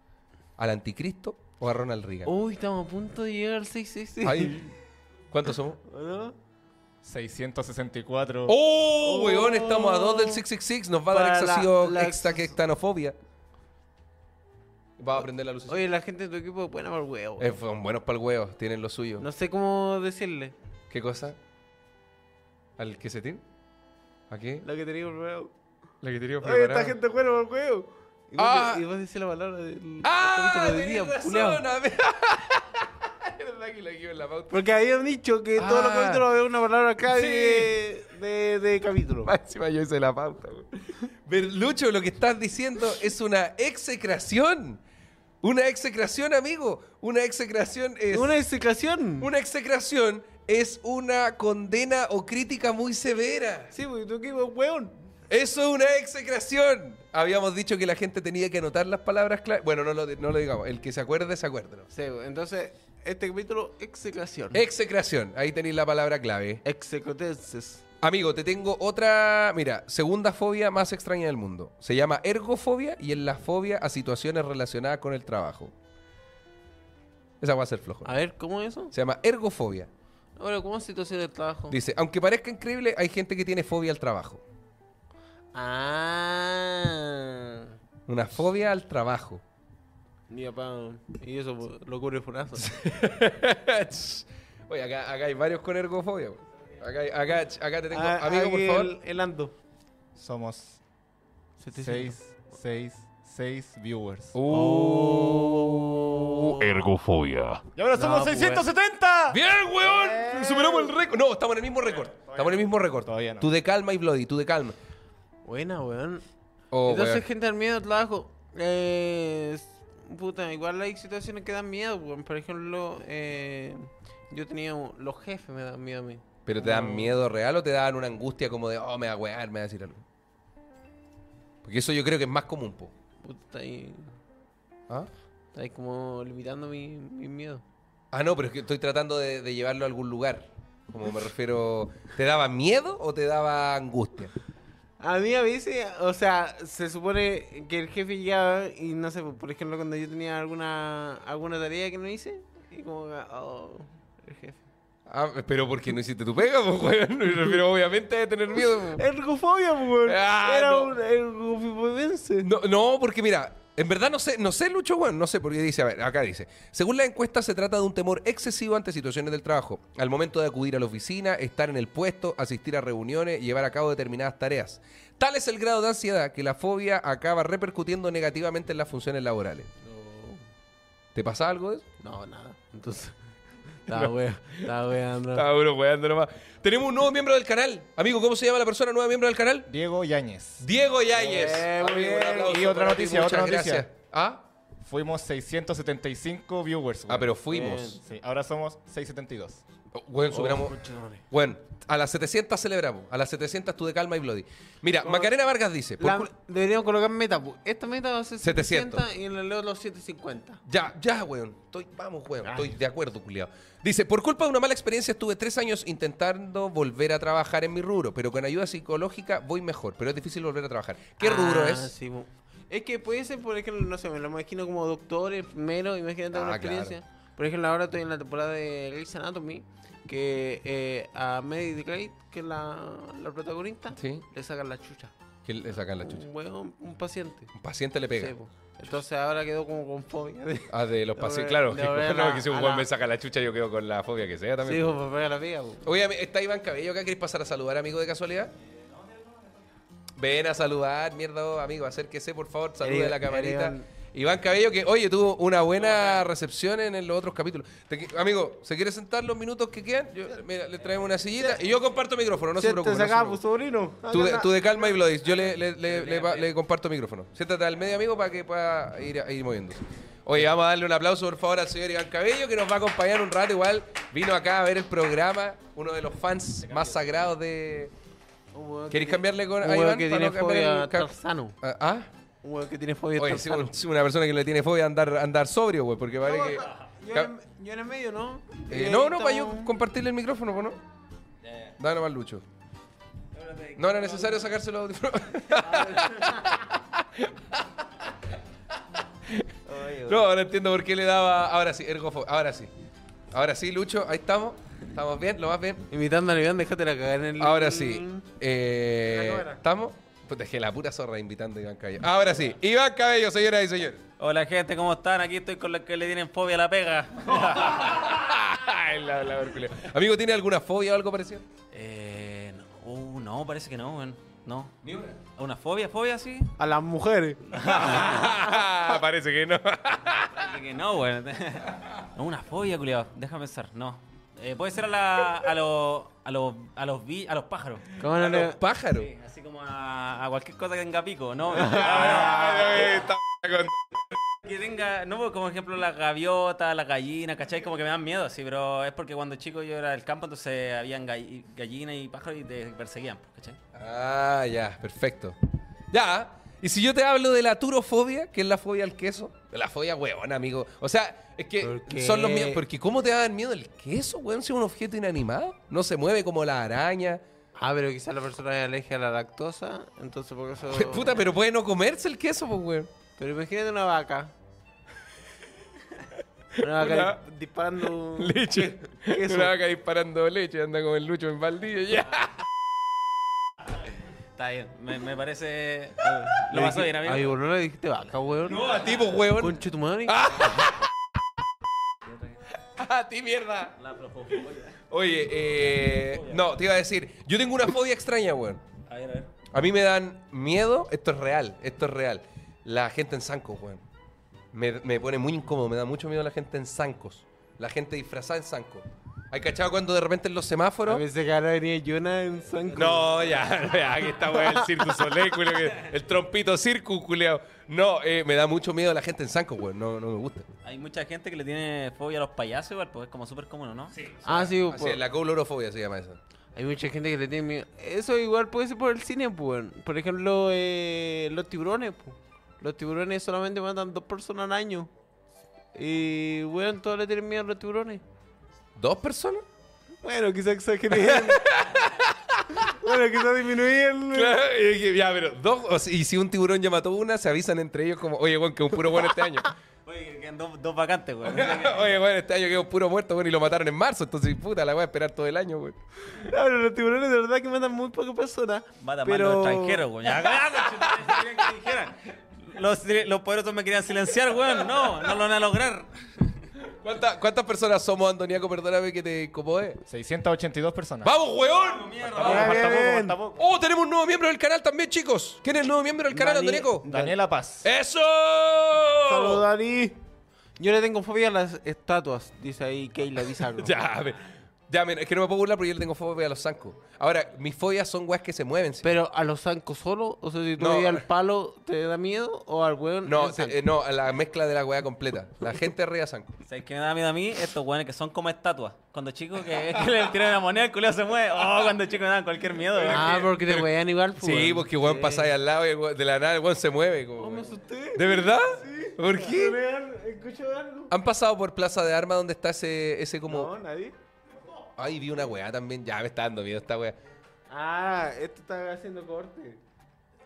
S1: ¿Al anticristo o a Ronald Reagan?
S2: Uy, estamos a punto de llegar al 666.
S1: Ay, ¿Cuántos somos?
S4: 664.
S1: ¡Oh, weón! Estamos a dos del 666. Nos va a dar
S2: Para la-
S1: exacción
S2: la-
S1: extaquectanofobia. Va a prender la luz.
S2: Oye, la gente de tu equipo es buena para el huevo.
S1: Eh, son buenos para el huevo. Tienen lo suyo.
S2: Oh. No sé cómo decirle.
S1: ¿Qué cosa? ¿Al que se tiene? ¿A qué?
S2: La que te digo, huevo.
S1: La que tenía
S3: Oye, esta gente es buena para el juego.
S2: Y vos,
S1: Ah.
S2: y vos decís la palabra del
S1: ¡Ah!
S2: capítulo de hoy
S1: tenés
S2: día,
S1: razón,
S2: culiao.
S1: amigo. Es verdad que la guió en la pauta.
S2: Porque habían dicho que todos los
S1: Ah.
S2: capítulos había una palabra acá
S1: Sí.
S2: de, de, de capítulo.
S1: Más Encima yo hice la pauta, güey. Ver, Lucho, lo que estás diciendo es una execración. Una execración, amigo. Una execración es.
S2: Una explicación.
S1: Una execración es una condena o crítica muy severa.
S2: Sí, porque tu equipo es hueón.
S1: Eso es una execración. Habíamos dicho que la gente tenía que anotar las palabras claves. Bueno, no lo, no lo digamos. El que se acuerde, se acuerde. ¿no?
S2: Sí, pues, entonces, este capítulo, explicación.
S1: Execración. Ahí tenéis la palabra clave.
S2: Execotenses.
S1: Amigo, te tengo otra, mira, segunda fobia más extraña del mundo. Se llama ergofobia y es la fobia a situaciones relacionadas con el trabajo. Esa va a ser flojo.
S2: A ver, ¿cómo es eso?
S1: Se llama ergofobia.
S2: Ahora, ¿cómo es situación de trabajo?
S1: Dice, aunque parezca increíble, hay gente que tiene fobia al trabajo.
S2: Ah.
S1: Una fobia al trabajo.
S2: Mi papá. Y eso po, lo cubre funazo.
S1: Oye, acá, acá hay varios con ergofobia. güey. Acá, hay- acá, acá te tengo.
S2: Ah,
S1: Amigo, por
S2: aquí
S1: favor.
S2: El, el ando.
S4: Somos
S2: Se te
S4: 6, 6, 6 viewers.
S1: Uh.
S5: Ergofobia.
S4: ¡Y ahora somos
S2: No, pues,
S4: 670!
S1: Bien, weón. Superamos el récord. No, estamos en el mismo récord. Estamos en el mismo récord.
S4: Todavía no.
S1: Tú de calma y Bloody, tú de calma.
S2: siente. Buena, weón.
S1: Oh,
S2: Entonces,
S1: weón.
S2: gente al miedo al trabajo. Eh, s- puta, igual hay situaciones que dan miedo, weón. Por ejemplo, eh, yo tenía. un- Los jefes me dan miedo a mí.
S1: ¿Pero te dan miedo real o te dan una angustia como de, oh, me va a wear, me va a decir algo? Porque eso yo creo que es más común, po.
S2: Puta, está ahí.
S1: ¿Ah?
S2: Está ahí como limitando mi, mi miedo.
S1: Ah, no, pero es que estoy tratando de, de llevarlo a algún lugar. Como me refiero, ¿te daba miedo o te daba angustia?
S2: A mí a veces, o sea, se supone que el jefe llegaba y no sé, por ejemplo, cuando yo tenía alguna alguna tarea que no hice, y como, que, oh, el jefe.
S1: Ah, pero porque no hiciste tu pega, pues, weón. Me refiero, obviamente, de tener miedo. po.
S2: Ergofobia, pues, weón.
S1: Ah,
S2: Era
S1: no.
S2: un ergofobense.
S1: No, no, porque mira, En verdad no sé, no sé, Lucho, bueno, no sé, porque dice, a ver, acá dice, según la encuesta se trata de un temor excesivo ante situaciones del trabajo, al momento de acudir a la oficina, estar en el puesto, asistir a reuniones, llevar a cabo determinadas tareas. Tal es el grado de ansiedad que la fobia acaba repercutiendo negativamente en las funciones laborales. ¿Te pasa algo de eso?
S2: No, nada. Entonces. Estaba wea, estaba weando.
S1: Está bueno, weando nomás. Tenemos un nuevo miembro del canal. Amigo, ¿cómo se llama la persona nueva miembro del canal?
S4: Diego Yáñez.
S1: Diego Yáñez.
S2: Bien,
S1: Amigo, un
S4: bien.
S1: aplauso
S4: Y otra
S1: para ti,
S4: noticia,
S1: muchas
S4: otra noticia.
S1: gracias. ¿Ah?
S4: Fuimos 675 viewers.
S1: ah,
S4: weón.
S1: pero fuimos.
S4: Sí, ahora somos 672.
S1: Bueno, superamos.
S2: Oh, conchetumare.
S1: Bueno, a las 700 celebramos. A las 700 tú de calma y Bloody. Mira, Macarena Vargas dice. por
S2: La-
S1: cul-
S2: deberíamos colocar meta. pu. Esta meta va a ser
S1: 700.
S2: 700, y en el otro 750.
S1: Ya, ya, weón. Estoy, vamos, weón. Estoy de acuerdo, culiao. Dice, por culpa de una mala experiencia estuve tres años intentando volver a trabajar en mi rubro, pero con ayuda psicológica voy mejor, pero es difícil volver a trabajar. ¿Qué rubro
S2: Ah,
S1: es?
S2: sí, pu. es que puede ser, por ejemplo, no sé, me lo imagino como doctor, enfermero, imagínate
S1: Ah,
S2: una experiencia. Por ejemplo, ahora estoy en la temporada de Grey's Anatomy, que eh, a Mary Grey, que es la, la protagonista,
S1: Sí.
S2: le sacan la chucha.
S1: Que le sacan la chucha.
S2: Un, hueón, un paciente.
S1: Un paciente le
S2: Sí,
S1: pega.
S2: pu. Entonces ahora quedó como con fobia. de-
S1: Ah, de los
S2: De
S1: pacientes. Claro,
S2: volver- de
S1: que,
S2: volver
S1: no,
S2: a-
S1: que si un
S2: a
S1: weón
S2: la-
S1: me saca la chucha, yo quedo con la fobia que sea también.
S2: Sí, pu, por pegar la pega. pu.
S1: Oye, ami- ¿está Iván Cabello acá? ¿Querés pasar a saludar, amigo, de casualidad? Ven a saludar, mierda, amigo, acérquese, por favor, salude a la
S2: Iván-
S1: camarita.
S2: Iván-
S1: Iván Cabello, que, oye, tuvo una buena recepción en los otros capítulos. Te qui- amigo, ¿se quiere sentar los minutos que quedan? Yo- mira, le traemos una sillita y yo comparto micrófono, no se preocupe. no se preocupe.
S3: sobrino.
S1: pues, Tú de, tú de calma y Bloodis, yo le, le- le- le pa- le comparto micrófono. Siéntate al medio, amigo, para que pueda ir, a- ir moviéndose. Oye, vamos a darle un aplauso, por favor, al señor Iván Cabello, que nos va a acompañar un rato. Igual vino acá a ver el programa, uno de los fans más sagrados de...
S2: Un hueón
S1: ¿Queréis
S2: que-
S1: cambiarle con
S2: un
S1: a
S2: hueón
S1: Iván
S2: que
S1: para
S2: tiene
S1: no cambiar
S2: fobia
S1: el
S2: a
S1: ca-
S2: Tarzano.
S1: Ah, ¿Ah?
S2: Un hueón que tiene fobia a
S1: Oye, sí,
S2: Tarzano.
S1: un- sí, una persona que le tiene fobia a andar, andar sobrio, güey, porque parece que...
S2: Yo
S1: ca-
S2: en, yo en el medio, ¿no?
S1: Eh, no,
S2: Y ahí
S1: no,
S2: estamos-
S1: para yo compartirle el micrófono, po, ¿no? Dale nomás, Lucho. No era necesario sacárselo los audífonos. No, ahora entiendo por qué le daba. Ahora sí, ergofo. Ahora sí. Ahora sí, Lucho, ahí estamos. Estamos bien, lo más bien.
S2: Imitando a León, déjate la cagar en el.
S1: Ahora sí.
S3: La
S1: eh,
S3: cámara.
S1: ¿Estamos? Pues dejé la pura zorra invitando a Iván Cabello. Ahora sí, Iván Cabello, señoras y señores.
S5: Hola gente, ¿cómo están? Aquí estoy con los que le tienen fobia a la pega.
S1: El hablador culiao. Amigo, ¿tiene alguna fobia o algo parecido?
S5: Eh, no, uh, no, parece que no, weón. No.
S1: Ni una.
S5: ¿Una fobia, fobia sí?
S3: A las mujeres.
S1: Parece que no.
S5: Parece que no, weón. No, una fobia, culiado. Déjame pensar, no. Eh, puede ser a, la, a, los a, los a los vi- a los pájaros.
S2: ¿Cómo no le.?
S1: Los pájaros.
S5: Sí, así como a, a cualquier cosa que tenga pico, ¿no? que tenga, no, pues, como ejemplo las gaviotas, las gallinas, ¿cachai? Como que me dan miedo, así, pero es porque cuando chico yo era del campo, entonces habían gall- gallinas y pájaros y te perseguían, pues, ¿cachai?
S1: Ah, ya, perfecto. Ya. Y si yo te hablo de la turofobia, que es la fobia al queso, de la fobia huevona, amigo. O sea, es que
S2: ¿Por qué?
S1: son los miedos. Porque ¿cómo te va a dar miedo el queso, weón? Si es un objeto inanimado. No se mueve como la araña.
S2: Ah, pero quizás la persona es alérgica a la lactosa, entonces por eso.
S1: Puta, pero puede no comerse el queso, pues, weón.
S2: Pero imagínate una vaca. Una vaca di- disparando.
S1: Leche.
S2: Queso.
S1: Una vaca disparando leche, anda con el lucho en baldillo, ya.
S5: Está bien, me, me parece... Lo pasó bien,
S2: Ay,
S5: amigo.
S2: vos no le dijiste vaca, weón.
S1: No, a ti, pues, weón. Ah,
S2: Conche tu madre.
S1: A ti, mierda. Oye, eh, no, te iba a decir, yo tengo una fobia extraña, weón.
S5: A ver, a ver.
S1: A mí me dan miedo, esto es real, esto es real. La gente en zancos, weón. Me, me pone muy incómodo, me da mucho miedo la gente en zancos. La gente disfrazada en zancos. ¿Hay cachado cuando de repente en los
S2: A
S1: semáforos?
S2: veces que ahora venía Jonah en San
S1: No, ya, ya, aquí está weón, el Circo Soleil, culiao, que- el trompito circo, culiao. No, eh, me da mucho miedo la gente en zancos, weón, no, no me gusta.
S5: Hay mucha gente que le tiene fobia a los payasos igual, pues es como súper cómodo, ¿no? Sí.
S2: Ah, sí,
S1: Así
S2: po.
S1: es, la coulorofobia se llama eso.
S2: Hay mucha gente que le tiene miedo. Eso igual puede ser por el cine, pues. weón. Por ejemplo, eh, los tiburones, pues. Los tiburones solamente matan dos personas al año. Y, weón, todos le tienen miedo a los tiburones.
S1: ¿Dos personas?
S3: Bueno, quizás exageré. bueno, quizás disminuí el.
S1: Claro, y que- ya, pero dos. o si- y si un tiburón ya mató una, se avisan entre ellos como, oye, weón, que un puro bueno este año.
S5: Oye, que quedan dos, dos vacantes, güey.
S1: oye, bueno, este año quedó un puro muerto, bueno, y lo mataron en marzo. Entonces, puta, la voy a esperar todo el año, weón.
S2: No, pero los tiburones de verdad que matan muy pocas personas.
S5: Mata
S2: pero...
S5: más los extranjeros, güey. Ya, ya, coño, si te dijeran que dijeran. Los, los poderosos me querían silenciar, weón. No, no lo van a lograr.
S1: ¿Cuánta- ¿Cuántas personas somos, Antoniaco? Perdóname que te copode.
S4: 682 personas.
S1: ¡Vamos, weón!
S4: Falta poco,
S5: Mierda.
S4: falta poco,
S3: bien.
S4: falta poco.
S1: ¡Oh, tenemos un nuevo miembro del canal también, chicos! ¿Quién es el nuevo miembro del canal,
S2: Dani-
S1: Antoniaco?
S4: Daniela Paz.
S1: ¡Eso!
S3: Saludos, Dani.
S2: Yo le tengo fobia a las estatuas, dice ahí Keila Bizarro.
S1: Ya, me- ya, mira, es que no me puedo burlar porque yo le tengo fobia a los zancos. Ahora, mis fobias son weas que se mueven. sí.
S2: Pero a los zancos solo, o sea, si tú
S1: No.
S2: veías al palo, ¿te da miedo? ¿O al weón?
S1: No,
S2: el zanco?
S1: te- eh, no, a la mezcla de la wea completa. La gente ría zanco.
S5: ¿Sabes qué me da miedo a mí? Estos weones que son como estatuas. Cuando chicos que, que le tiran la moneda, el culo se mueve. Oh, cuando chicos me dan cualquier miedo, weón.
S2: Ah, porque te wean igual, pues,
S1: Sí, porque weón pasa ahí al lado y el weón- de la nada el weón se mueve. como, weón. ¿De verdad? ¿Por qué?
S3: ¿Escucho algo?
S1: ¿Han pasado por Plaza de Armas donde está ese, ese como...
S3: No, nadie.
S1: Ay, vi una weá también. Ya, me está dando miedo esta weá.
S3: Ah, esto está haciendo corte.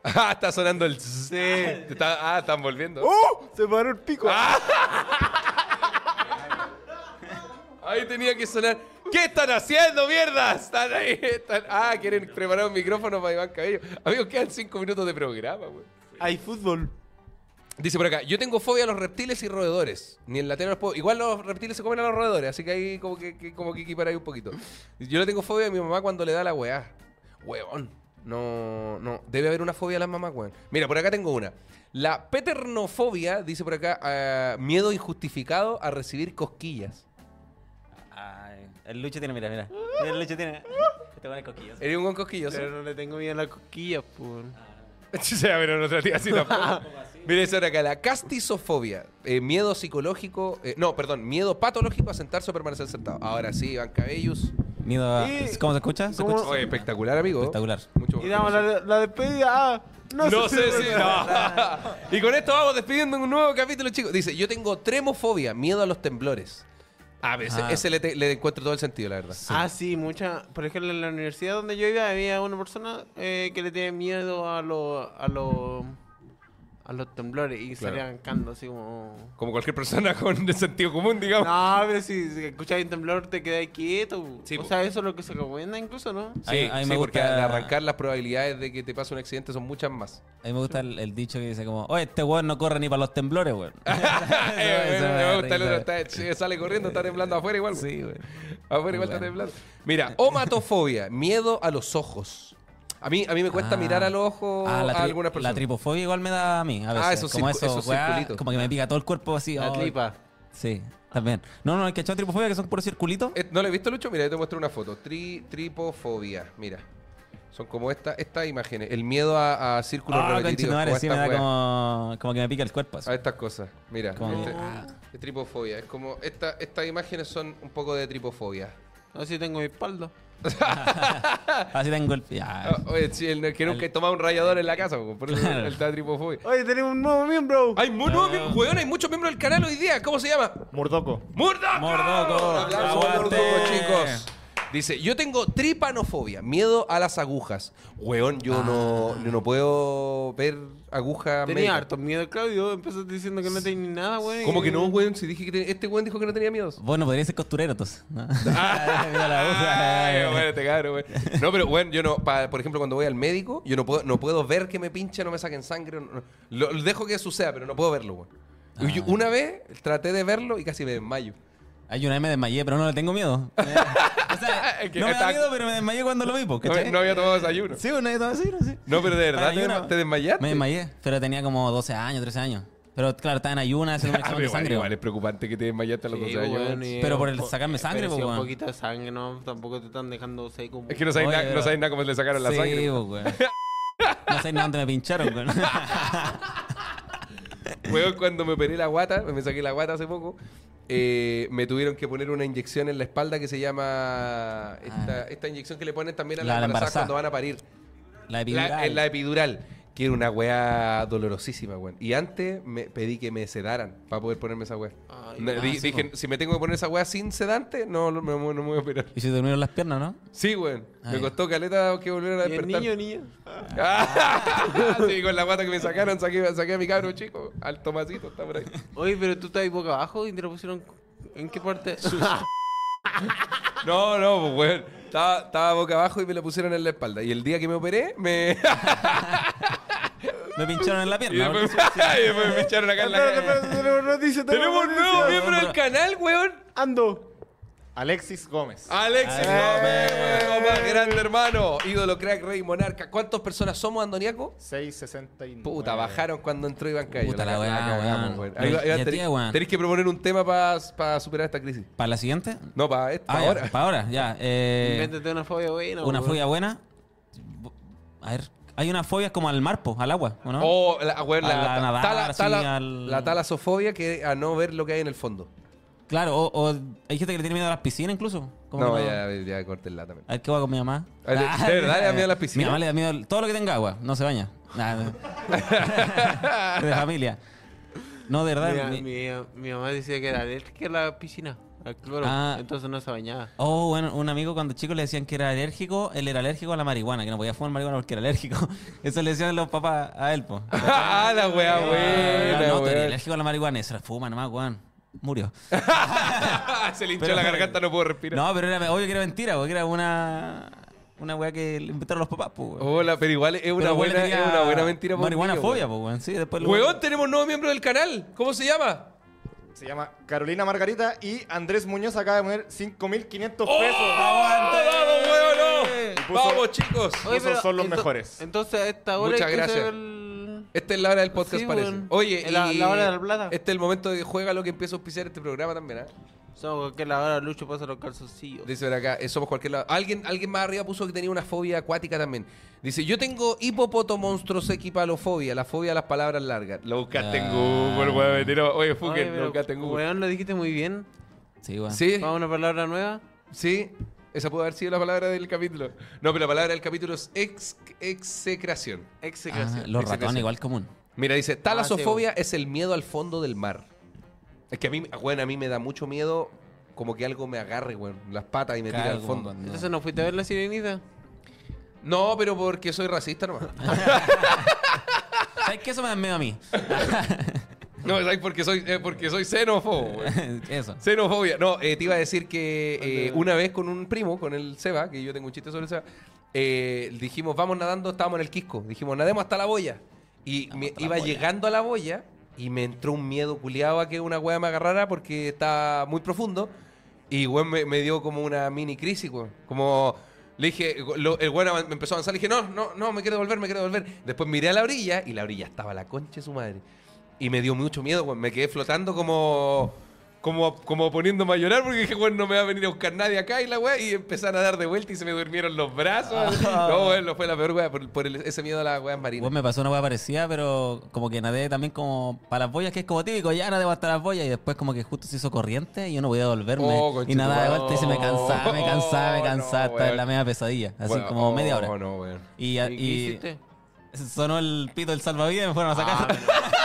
S1: Ah, está sonando el... Sí. ah, están volviendo.
S3: ¡Oh! Se paró el pico.
S1: Ah. Ahí tenía que sonar. ¿Qué están haciendo, mierda? Están ahí. están- Ah, quieren preparar un micrófono para Iván Cabello. Amigos, quedan cinco minutos de programa, güey.
S3: Hay fútbol.
S1: Dice por acá, yo tengo fobia a los reptiles y roedores. Ni en la tele los puedo. Igual los reptiles se comen a los roedores, así que ahí como que, que- como que equipar ahí un poquito. Yo le tengo fobia a mi mamá cuando le da la weá. Weón. No, no. Debe haber una fobia a las mamás, weón. Mira, por acá tengo una. La peternofobia, dice por acá, ah, miedo injustificado a recibir cosquillas.
S5: Ay, el Lucho tiene, mira, mira. Mira, El Lucho tiene. Este Te pone coquillas.
S1: Eres un buen cosquilloso.
S2: Pero no le tengo miedo a las cosquillas, pues.
S1: Sí, pero no te digo así tampoco. Mira, dice ahora acá, la castisofobia, eh, miedo psicológico, eh, no, perdón, miedo patológico a sentarse o permanecer sentado. Ahora sí, Iván Cabellus.
S5: Miedo a...
S3: Y-
S5: ¿Cómo se escucha? ¿Se
S3: ¿Cómo-
S5: escucha?
S1: Oye, espectacular, amigo.
S5: Espectacular.
S1: Mucho
S3: Y damos la, la despedida. Ah, no,
S1: No sé si... no. Y con esto vamos despidiendo un nuevo capítulo, chicos. Dice, yo tengo tremofobia, miedo a los temblores. A veces,
S5: Ah.
S1: ese le, te- le encuentro todo el sentido, la verdad.
S2: Ah, sí, mucha. Por ejemplo, en la universidad donde yo iba había una persona eh, que le tenía miedo a los a los a los temblores y
S1: Claro.
S2: salía arrancando así como.
S1: Como cualquier persona con de sentido común, digamos.
S2: No, pero si, si escuchas un temblor te quedas quieto. bu.
S1: Sí,
S2: o
S1: bu.
S2: sea, eso es lo que se recomienda incluso, ¿no?
S1: Sí,
S5: A mí- a mí
S1: sí,
S5: me
S1: porque
S5: gusta-
S1: al arrancar las probabilidades de que te pase un accidente son muchas más.
S5: A mí me gusta el, el dicho que dice como, oye, este weón no corre ni para los temblores, weón. Ah.
S1: Eh,
S5: Eso
S1: bueno,
S5: me
S1: me
S5: da
S1: gusta el
S5: risa.
S1: otro, está- sí, sale corriendo, está temblando afuera igual. güey.
S5: Sí, weón.
S1: Afuera igual está
S5: Bueno.
S1: temblando. Mira, omatofobia, miedo a los ojos. A mí, a mí me cuesta
S5: Ah.
S1: mirar al ojo
S5: Ah, la
S1: a
S5: tri-
S1: algunas personas.
S5: La tripofobia igual me da a mí. A
S1: Ah,
S5: veces.
S1: esos
S5: como
S1: circu- esos
S5: weá,
S1: circulitos.
S5: Como que me pica todo el cuerpo así.
S2: La
S5: oh,
S2: tripa.
S5: Sí, también. No, no, es que echó tripofobia que son puros circulitos.
S1: Eh, ¿No le he visto, Lucho? Mira, yo te muestro una foto. Tri- tripofobia, mira. Son como esta- estas imágenes. El miedo a, a círculos
S5: Ah,
S1: repetitivos.
S5: conchetumare,
S1: como
S5: sí, me
S1: estas
S5: da
S1: weas.
S5: como, como que me pica el cuerpo así.
S1: A estas cosas. Mira.
S5: Como- Ah.
S1: este- es tripofobia. Es como... esta- estas imágenes son un poco de tripofobia.
S2: Así tengo mi espalda.
S5: Así tengo el... Ya.
S1: Ah, oye, sí, el que nunca toma un rayador en la casa, po, por eso
S5: Claro.
S1: él está tripofobia.
S3: Oye, tenemos un nuevo miembro.
S1: Hay muy nuevos miembros, weón, hay muchos miembros del canal hoy día. ¿Cómo se llama?
S4: Murdoco.
S1: ¡Murdoco!
S5: Mordoco,
S1: Un aplauso por
S5: aguante.
S1: Murdoco, chicos. Dice, yo tengo tripanofobia, miedo a las agujas. Weón, yo no, yo no puedo ver aguja
S2: Tenía
S1: médica.
S2: harto miedo, Claudio. Empezaste diciendo que no tenía ni nada, güey.
S1: ¿Cómo que no, weón? Si dije que te- este weón dijo que no tenía miedos.
S5: Bueno, podría ser costurero entonces. ¿no?
S1: Ah,
S5: Ah,
S2: eh.
S1: Ay, bueno, este cabrón, weón. No, pero bueno, yo no, pa- por ejemplo, cuando voy al médico, yo no puedo, no puedo ver que me pinche, no me saquen sangre. no- no- lo, lo dejo que suceda, pero no puedo verlo, weón. Y
S2: Ah.
S1: yo- Una vez traté de verlo y casi me desmayo.
S5: Hay una vez me desmayé, pero no le tengo miedo. Eh, o sea,
S1: Es que
S5: no me da
S1: estaba-
S5: miedo, pero me desmayé cuando lo vi, po,
S1: No,
S5: ¿cachai?
S1: no había tomado desayuno.
S5: Sí, una vez estaba así, no sé.
S1: No, pero de verdad,
S5: Estaba en
S1: ¿te
S5: ayuna.
S1: desma- te desmayaste?
S5: Me desmayé, pero tenía como 12 años, 13 años. Pero claro, estaba en ayunas, haciendo un
S1: Ah,
S5: examen
S1: pero
S5: de
S1: igual,
S5: sangre.
S1: igual es preocupante que te desmayaste a los 12 años.
S5: Pero por el sacarme sangre,
S2: pues,
S5: pues,
S2: un
S5: weón.
S2: poquito de sangre, no. Tampoco te están dejando seco.
S1: Es que no sabéis
S5: Oye,
S1: nada
S5: pero-
S1: no nada cómo le sacaron la
S5: sí,
S1: sangre.
S5: po, weón. No sé ni dónde me pincharon, weón.
S1: Weón, cuando me operé la guata, me saqué la guata hace poco, eh, me tuvieron que poner una inyección en la espalda que se llama... Esta, esta inyección que le ponen también a las
S5: Ah. La
S1: embarazadas
S5: embarazada.
S1: cuando van a parir.
S5: La epidural.
S1: La, en la epidural. Que era una weá dolorosísima, weón. Y antes me pedí que me sedaran para poder ponerme esa weá.
S2: Ay,
S1: No,
S5: ah,
S1: di-
S5: sí,
S1: dije,
S5: po.
S1: si me tengo que poner esa weá sin sedante, no, no, me- no me voy a operar.
S5: Y se durmieron las piernas, ¿no?
S1: Sí, weón.
S5: Ah,
S1: me
S5: ya.
S1: costó caleta que volviera a
S2: ¿Y el
S1: despertar.
S2: niño, niña?
S1: Ah, sí, con la guata que me sacaron, saqué, saqué a mi cabro chico, al Tomasito, está por ahí.
S2: Oye, pero tú estás ahí boca abajo y te lo pusieron. ¿En qué parte?
S1: No, no, pues bueno. Estaba, estaba boca abajo y me la pusieron en la espalda. Y el día que me operé, me.
S5: me pincharon en la
S1: Y
S5: pierna.
S1: después,
S5: porque sí,
S1: y después me echaron acá en la
S3: Espérate,
S1: cara.
S3: espérate, tenemos noticias.
S1: Tenemos un nuevo
S3: noticias.
S1: miembro del canal, weón.
S3: Ando.
S4: Alexis Gómez. Ah.
S1: Alexis
S5: Alexis
S1: Gómez, más grande hermano. Ídolo, crack, rey, monarca. ¿Cuántas personas somos, Andoniaco?
S4: 669.
S1: Puta, bajaron cuando entró Iván Cayo.
S5: Puta la weá, weón.
S1: Ahí
S5: Y-
S1: va- ahí
S5: y
S1: va,
S5: a ti,
S1: tenés,
S5: weón.
S1: tenés que proponer un tema para superar esta crisis.
S5: ¿Para la siguiente?
S1: No, para esta
S5: Ah,
S1: ahora.
S5: ahora. Para ahora, ya. eh,
S2: Invéntate una fobia buena.
S5: una
S2: weón.
S5: fobia buena. A ver, hay unas fobias como al marpo, al agua, ¿o no?
S1: O Oh, la, weón,
S5: A
S1: la,
S5: la
S1: ta-
S5: nadar,
S1: tala-
S5: así,
S1: tala-
S5: al-
S1: la talasofobia que a no ver lo que hay en el fondo.
S5: Claro, o, o hay gente que le tiene miedo a las piscinas incluso. como
S1: No,
S5: que
S1: ya, ya cortenla también.
S5: A ver qué va con mi mamá.
S1: ¿De- de
S5: Ah,
S1: verdad le da miedo a las piscinas?
S5: Mi mamá le da miedo a todo lo que tenga agua, no se baña. Nah, de- de familia. No, de verdad.
S2: Mira,
S5: mi-
S2: mi, mi mamá decía que era alérgica a la piscina, al cloro.
S5: Ah.
S2: Entonces no se bañaba.
S5: Oh, bueno, un amigo cuando chico le decían que era alérgico, él era alérgico a la marihuana, que no podía fumar marihuana porque era alérgico. Eso le decían los papás a él, po.
S1: ah, la weá
S5: Ah,
S1: buena,
S5: no, tú eres
S1: weón.
S5: alérgico a la marihuana, y se la fuma nomás, weón. Murió.
S1: Se le hinchó
S5: Pero-
S1: la garganta, no puedo respirar.
S5: No, pero era obvio que era mentira, porque era una una weá que le inventaron los papás, po. weón.
S1: Hola, pero igual es Oh, una,
S5: Pero weón
S1: buena,
S5: le
S1: es
S5: tenía
S1: una buena mentira. por un
S5: Marihuana
S1: niño,
S5: fobia, po, weón. Sí, después lo-
S1: Weón, tenemos nuevo miembro del canal. ¿Cómo se llama?
S4: Se llama Carolina Margarita y Andrés Muñoz acaba de poner 5.500 pesos.
S1: ¡Oh! ¡Vamos,
S5: Eh,
S1: weón!
S4: Y puso-
S1: ¡Vamos, chicos!
S4: Esos son los mejores.
S2: Entonces a esta hora
S1: Muchas
S2: hay que
S1: gracias.
S2: hacer el-
S1: Esta es la hora del podcast,
S2: Sí,
S1: parece.
S2: weón.
S1: Oye,
S2: Es la-
S1: y
S2: la hora de la plata.
S1: Este es el momento de que juega lo que empieza a auspiciar este programa también, ¿ah?
S2: Somos que la hora Lucho pasa los calzoncillos.
S1: Dice por acá, eh, somos cualquier lado. Alguien, alguien más arriba puso que tenía una fobia acuática también. Dice, yo tengo hipopoto monstruos equipalofobia, la fobia a las palabras largas. Lo buscaste en
S5: Ah.
S1: Google, weón. mentira. Oye,
S2: Oye,
S1: Fuken,
S2: pero,
S1: lo buscaste en Google.
S2: Weón, lo dijiste muy bien.
S5: Sí, weón.
S1: Sí,
S2: Vamos a una palabra
S5: Ah,
S2: nueva.
S1: sí. Esa pudo haber sido la palabra del capítulo. No, pero la palabra del capítulo es ex, execración.
S5: Ah,
S2: Execración.
S5: los
S1: Ese
S5: ratones
S1: crece.
S5: igual común.
S1: Mira, dice,
S2: Ah,
S1: talasofobia es el miedo al fondo del mar. Es que a mí, bueno, a mí me da mucho miedo como que algo me agarre, weón, las patas y me tire
S5: Claro,
S1: al
S5: como
S1: fondo.
S5: cuando-
S2: Entonces no fuiste a ver la sirenita.
S1: No, pero porque soy racista nomás.
S5: ¿Sabes qué? Eso me da miedo a mí.
S1: No, ¿sabes? Porque soy, eh, porque soy xenófobo, weón.
S5: Eso.
S1: Xenofobia. No, eh, te iba a decir que eh, una vez con un primo, con el Seba, que yo tengo un chiste sobre el Seba, eh, dijimos, vamos nadando, estábamos en el Quisco. Dijimos, nademos hasta la boya. Y me
S5: hasta la
S1: iba
S5: boya.
S1: llegando a la boya y me entró un miedo culiado a que una wea me agarrara porque estaba muy profundo. Y weón me, me dio como una mini crisis, weón. Como le dije, lo- el weón avan- me empezó a avanzar, le dije, no, no, no, me quiero devolver, me quiero devolver. Después miré a la orilla y la orilla estaba la concha de su madre. Y me dio mucho miedo, weón. Me quedé flotando como. Como, como poniéndome a llorar porque dije, bueno, no me va a venir a buscar nadie acá y la weá. Y empezaron a dar de vuelta y se me durmieron los brazos. No, weón, no fue la peor weá por, por el- ese miedo a las weas marinas.
S5: Vos me pasó una hueá parecida, pero como que nadé también como para las boyas, que es como típico, ya nadé hasta las boyas, y después como que justo se hizo corriente y yo no podía devolverme.
S1: Oh, conchetumare.
S5: y nada de vuelta y se me cansaba, me cansaba, me
S1: Oh,
S5: cansaba,
S1: no,
S5: estaba en la
S1: weón.
S5: media pesadilla, así
S1: Weón,
S5: como media
S1: oh,
S5: hora.
S1: no, weón.
S5: Y,
S2: ¿Y qué
S5: y
S2: hiciste?
S5: sonó el pito del salvavidas y me fueron a sacar.
S1: Ah,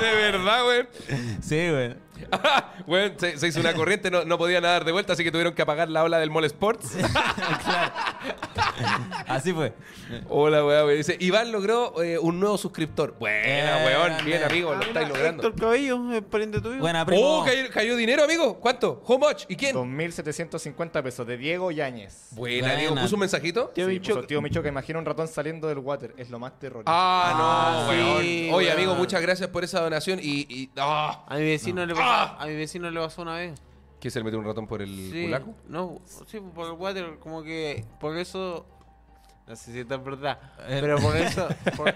S1: De verdad, weón.
S5: sí, güey.
S1: Weón, se, se hizo una corriente, no, no podía nadar de vuelta, así que tuvieron que apagar la ola del Mall Sports.
S5: Así fue.
S1: Hola, weón, weón. Dice, Iván logró eh, un nuevo suscriptor. Buena,
S5: Eh,
S1: weón.
S5: grande.
S1: Bien, amigo, lo
S2: Ah, mira,
S1: estáis logrando.
S2: Héctor Cabello, el pariente tuyo.
S5: Buena, primo.
S1: Oh, cayó, cayó dinero, amigo. ¿Cuánto? ¿How much? ¿Y quién?
S4: 2.750 pesos de Diego Yáñez.
S1: Buena, amigo.
S5: Buena.
S1: ¿Puso un mensajito?
S2: Tío
S4: Sí,
S2: Michoca.
S4: puso, tío Michoca, imagina un ratón saliendo del water. Es lo más terrorífico.
S1: Ah, no,
S2: Ah,
S1: weón.
S2: sí,
S1: Oye,
S2: weón.
S1: amigo, muchas gracias por esa donación y... y- ah.
S2: A mi vecino le pasó,
S1: ¡Ah!
S2: a mi vecino le pasó una vez.
S1: ¿Qué se le metió un ratón por el
S2: Sí,
S1: culaco?
S2: no, sí, por el water, como que por eso no sé si es verdad,
S5: Eh.
S2: pero por eso por-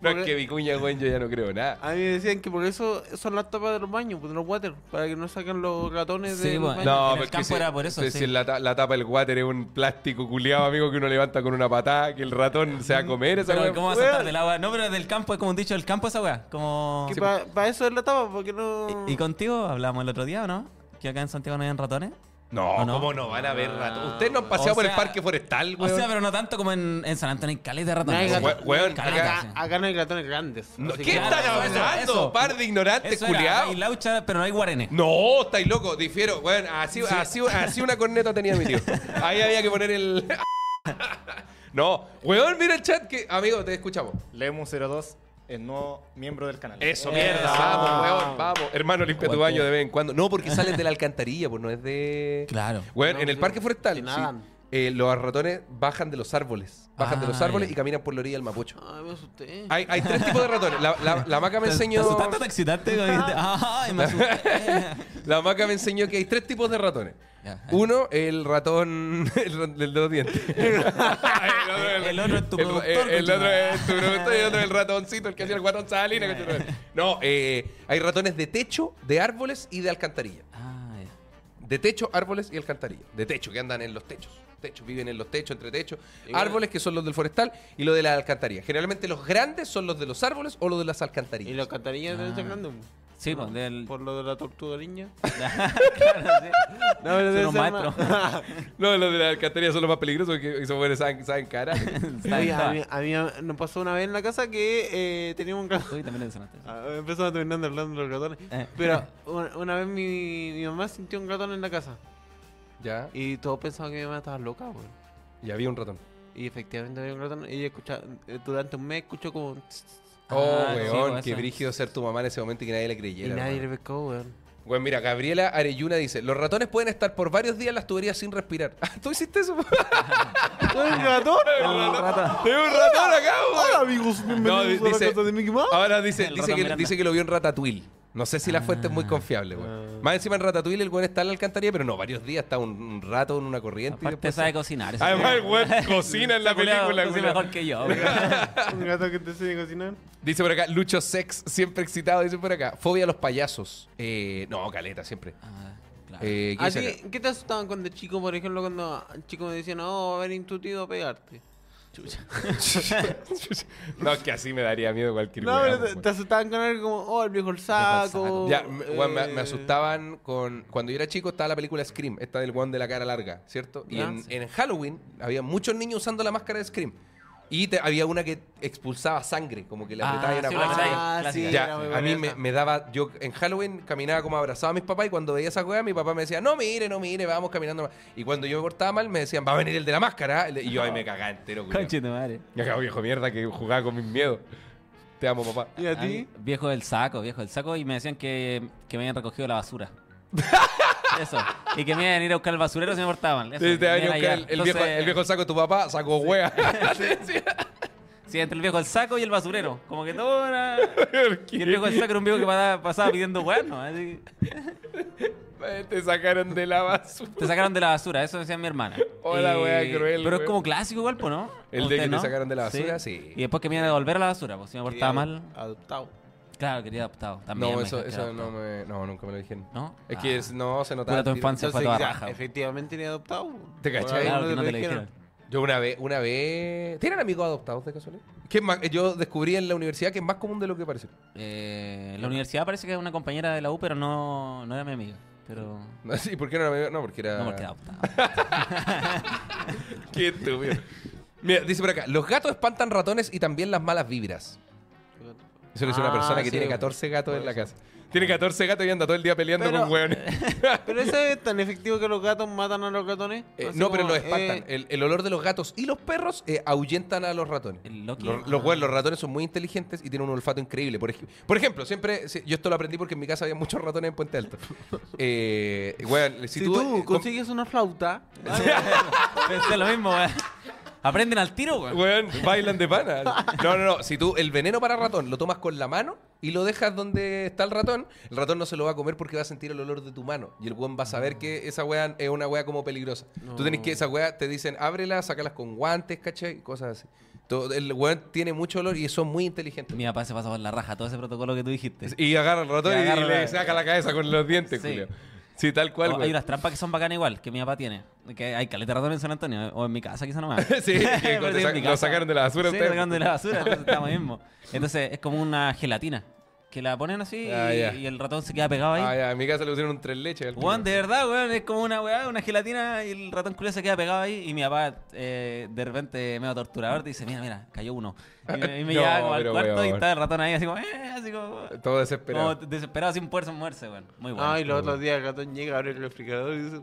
S1: No,
S2: por-
S1: es que Vicuña, weón, yo ya no creo nada.
S2: a mí me decían que por eso son las tapas de los baños, pues, de los water, para que no saquen los ratones
S5: Sí, pues,
S2: de
S5: bueno.
S1: No,
S5: en el
S1: porque
S5: campo
S1: si-
S5: era por eso,
S1: Si,
S5: sí.
S1: si la, ta- la tapa del water es un plástico culiado, amigo, que uno levanta con una patada, que el ratón se va a comer esa
S5: Pero
S1: weón.
S5: ¿cómo va a saltar del agua? No, pero del campo, es como un dicho, del campo esa weá. Como...
S2: para eso es la tapa, porque no
S5: pues. ¿Y contigo hablamos el otro día o no? Que acá en Santiago no habían ratones.
S1: No,
S5: ¿O no? Ah,
S1: ¿cómo no van a ver ratón? Ustedes no han paseado
S5: O
S1: por el
S5: sea-
S1: parque forestal,
S5: O
S1: weón.
S5: sea, pero no tanto como en, en San Antonio, en Caleta de ratones.
S2: No hay
S5: Sí.
S1: gato- Weón,
S5: Caleta,
S1: acá-
S5: sí.
S2: acá no hay ratones grandes.
S1: No,
S2: así
S1: ¿Qué
S2: que-
S5: Claro,
S1: están
S5: eso,
S1: hablando?
S5: eso.
S1: Par de ignorantes,
S5: Eso era,
S1: culiados.
S5: hay laucha, pero no hay guarenes.
S1: No, estáis loco, difiero. Bueno, así, así, así una corneta tenía mi tío. Ahí había que poner el. no, weón, mira el chat que. Amigo, te escuchamos.
S4: Lemu02, el nuevo miembro del canal.
S1: Eso, mierda. Vamos, weón, vamos. Hermano, limpia tu
S5: Aguante.
S1: baño de vez en cuando. No, porque salen de la alcantarilla, pues no es de.
S5: Claro.
S1: Weón,
S2: No,
S1: en el
S2: sí,
S1: parque forestal.
S2: sí,
S1: sí.
S2: nadan.
S1: eh, los ratones bajan de los árboles. Bajan de los
S5: Ah,
S1: árboles
S5: ya.
S1: y caminan por la orilla del Mapocho.
S2: Ay, ah, me asusté.
S1: Hay, hay tres tipos de ratones. La, la- la maca me
S5: ¿Te- ¿Te
S1: enseñó.
S5: asustaste te excitaste? Ay, me asusté.
S1: La maca me enseñó que hay tres tipos de ratones.
S5: Ya.
S1: Uno, el ratón el ra- del de los dientes. el
S5: El- el otro es tu
S1: el-
S5: productor,
S1: El, el
S5: conchetumare.
S1: otro es tu productor y el otro es el ratoncito, el que hacía el guatón Salina. conchetumare. No, eh, hay ratones de techo, de árboles y de alcantarilla.
S5: Ah, ya.
S1: De techo, árboles y alcantarilla. De techo, que andan en los techos. Techos, viven en los techos, entre techos.
S2: Igual.
S1: Árboles, que son los del forestal, y los de las alcantarillas. Generalmente los grandes son los de los árboles o los de las alcantarillas.
S2: ¿Y los cantarillas de San Grande?
S5: ah. Sí,
S2: ¿No?
S5: pues, del...
S2: Por lo de la tortuga niña.
S5: claro, sí.
S2: No, pero
S5: Son
S2: debe
S5: los
S2: ser
S5: maestros.
S2: más-
S1: No, los de las alcantarillas son los más peligrosos porque esos buenos saben, saben cara.
S5: Está
S2: Oye,
S5: bien,
S2: a
S5: está.
S2: mí, a mí nos pasó una vez en la casa que eh, teníamos un gato.
S5: Uy, también le sonaste.
S2: Ah, Empezamos terminando hablando de los ratones.
S5: Eh.
S2: Pero una, una vez mi, mi mamá sintió un ratón en la casa.
S1: ya,
S2: Y todos pensaban que mi mamá estaba loca, weón.
S1: y había un ratón.
S2: Y efectivamente había un ratón. Y ella escuchaba, eh, durante un mes escuchó como. un tss, tss,
S1: Oh,
S5: Ah, sí,
S1: weón,
S5: pues,
S1: qué
S5: eso.
S1: brígido ser tu mamá en ese momento y que nadie le
S2: y
S1: creyera.
S2: nadie
S1: hermano.
S2: le pescó, weón.
S1: Bueno, mira, Gabriela Arelluna dice, los ratones pueden estar por varios días en las tuberías sin respirar. Ah, ¿Tú hiciste eso?
S5: Ah.
S2: ¿Un ratón?
S5: El rato.
S1: ¡Tengo un ratón acá, weón!
S3: Hola amigos, bienvenidos
S1: di-
S3: a la
S1: dice-
S3: casa de Mickey Mouse.
S1: Ahora dice,
S5: El
S1: dice,
S5: ratón
S1: que,
S5: Miranda.
S1: dice que lo vio en Ratatouille. No sé si la fuente
S2: Ah,
S1: es muy confiable, weón. Más encima en Ratatouille el weón está en la alcantarilla, pero no, varios días está un, un rato en una corriente. y
S5: Aparte
S1: después
S5: sabe cocinar. ese
S1: pues. Además, el
S5: culiao.
S1: weón cocina en la
S5: Ese culiao
S1: película,
S5: cocina
S1: culiao.
S5: mejor que yo. weón.
S3: Un gato que te enseña a cocinar.
S1: Dice por acá, Lucho Sex, siempre excitado, dice por acá. Fobia a los payasos. Eh, no, caleta, siempre.
S5: Ah, claro.
S1: Eh, ¿qué
S2: ¿A
S1: dice acá?
S2: ti, ¿Qué te asustaban cuando chico, por ejemplo, cuando chicos me decían, oh, va a venir tu tío a pegarte?
S1: no, es que así me daría miedo cualquier
S2: No,
S1: weá, pues,
S2: pero te,
S1: weón. ah,
S2: te asustaban con algo como, oh, el viejo el saco.
S1: Ya, me, weón, me- me
S2: eh,
S1: asustaban con... Cuando yo era chico estaba la película Scream, esta del guan de la cara larga, ¿cierto? Y
S5: Ya,
S1: en,
S5: sí.
S1: en Halloween había muchos niños usando la máscara de Scream. Y te- había una que expulsaba sangre, como que la
S5: Ah,
S1: apretaba y era
S5: sí,
S1: buena.
S5: la apretáis.
S2: Ah, sí,
S5: Clásica.
S1: Ya,
S2: era muy
S1: a
S2: buena
S1: mí
S2: esa.
S1: me, me daba, yo en Halloween caminaba como abrazado a mis papás y cuando veía esa weá, mi papá me decía, no mire, no mire, vamos caminando más. Y cuando yo me portaba mal, me decían, va a venir el de la máscara. ¿eh?". Y yo ahí me cagaba entero, culiao.
S5: Conchetumare.
S1: Me cagaba viejo mierda que jugaba con mis miedos. Te amo, papá.
S3: ¿Y a
S5: A mí,
S3: ti?
S5: Viejo del saco, viejo del saco. Y me decían que, que me habían recogido la basura. Eso. Y que me iban a ir a buscar el basurero si me portaban. Eso,
S1: Sí,
S5: que
S1: te
S5: me
S1: venía a
S5: iban a
S1: buscar este el, el
S5: hallar.
S1: viejo,
S5: Entonces,
S1: el viejo saco de tu papá, saco wea.
S5: Sí, entre el viejo del saco y el basurero. Como que todo era... Y el viejo del saco era un viejo que pasaba, pasaba pidiendo bueno. Así.
S1: Te sacaron de la basura.
S5: Te sacaron de la basura, eso decía mi hermana.
S1: Oh, la wea cruel,
S5: Pero
S1: wea.
S5: es como clásico igual, pues, ¿no?
S1: El de
S5: ¿Ustedes
S1: que te sacaron de la basura, sí.
S5: Y después que me iban a devolver a la basura, pues si me portaba mal.
S2: Adoptado.
S5: Claro, quería adoptado. También
S1: No,
S5: me
S1: eso,
S5: dijeron que
S1: eso
S5: era
S1: no
S5: adoptado.
S1: me. No, nunca me lo dijeron.
S5: ¿No?
S1: Es
S5: Ah.
S1: que es- no se notaba.
S5: Pura tu
S1: el tiro.
S5: infancia. Se fue
S2: Entonces,
S5: toda
S2: ya,
S5: raja.
S2: Efectivamente, ni adoptado.
S1: ¿Te cachai?
S5: Claro, que no te lo
S2: dijeron.
S5: dijeron.
S1: Yo una vez, una vez. ¿Tienen amigos adoptados de casualidad? Que es más- Eh, yo descubrí en la universidad que es más común de lo que parece.
S5: Eh, la universidad parece que es una compañera de la U, pero no, no era mi amiga. Pero.
S1: No, sí, ¿por qué no era amigo? No, porque era.
S5: No, porque era adoptado.
S1: Qué estúpido. Mira, dice por acá: los gatos espantan ratones y también las malas vibras. Eso lo dice una
S2: Ah,
S1: persona que
S2: sí,
S1: tiene
S2: bueno.
S1: 14 gatos en la casa. Tiene 14 gatos y anda todo el día peleando
S2: Pero-
S1: con hueones.
S2: Pero ese es tan efectivo que los gatos matan a los ratones.
S1: Eh,
S2: Así
S1: no, pero
S2: como,
S1: los espantan.
S2: eh,
S1: el, el olor de los gatos y los perros eh, ahuyentan a los ratones.
S5: El Loki.
S1: Los, los, güey, los ratones son muy inteligentes y tienen un olfato increíble. Por, ej- por ejemplo, siempre. si- Yo esto lo aprendí porque en mi casa había muchos ratones en Puente Alto. Eh, güey, si,
S2: si
S1: tú.
S2: tú,
S1: eh, com-
S2: consigues una flauta,
S5: Pensé lo mismo, weón. Aprenden al tiro, weón.
S1: Weón, bailan de pana. No, no, no. Si tú el veneno para ratón lo tomas con la mano y lo dejas donde está el ratón, el ratón no se lo va a comer porque va a sentir el olor de tu mano. Y el weón va a saber que esa weá es una weá como peligrosa. Tú tenés que, esa weá te dicen, ábrela, sácalas con guantes, ¿cachai? Y Cosas así. Todo- el weón tiene mucho olor y son muy inteligentes.
S5: Mi papá se pasó por la raja todo ese protocolo que tú dijiste.
S1: Y agarra al ratón
S5: Y
S1: y,
S5: agarra
S1: le
S5: la-
S1: saca la cabeza con los dientes,
S5: Sí.
S1: Julio. Sí, tal cual,
S5: O-
S1: weón.
S5: Oh, hay unas trampas que son bacanas igual, que mi papá tiene. Que hay caleta de ratón en San Antonio, o en mi casa quizá nomás.
S1: Sí, que
S5: Pero
S1: cuando
S5: sí, en
S1: sa-
S5: mi
S1: lo
S5: casa.
S1: sacaron de la basura
S5: Sí, lo
S1: ustedes.
S5: sacaron de la basura, entonces estamos mismo. Entonces es como una gelatina, que la ponen así y,
S1: Ah, ya.
S5: y el ratón se queda pegado ahí.
S1: Ah, ya, en mi casa le pusieron un tres leches. al
S5: Weón, de
S1: tiro.
S5: verdad, weón, es como una weá, una gelatina y el ratón culiao se queda pegado ahí y mi papá eh, de repente medio torturador dice, mira, mira, cayó uno. Y me, y me
S1: No,
S5: llevaba como al
S1: pero
S5: cuarto y
S1: weón.
S5: estaba el ratón ahí así como, eh, así como,
S1: Todo
S5: como
S1: desesperado.
S5: desesperado sin poder moverse, weón. Muy bueno.
S2: ay, los otros días el ratón llega, abre el refrigerador y dice: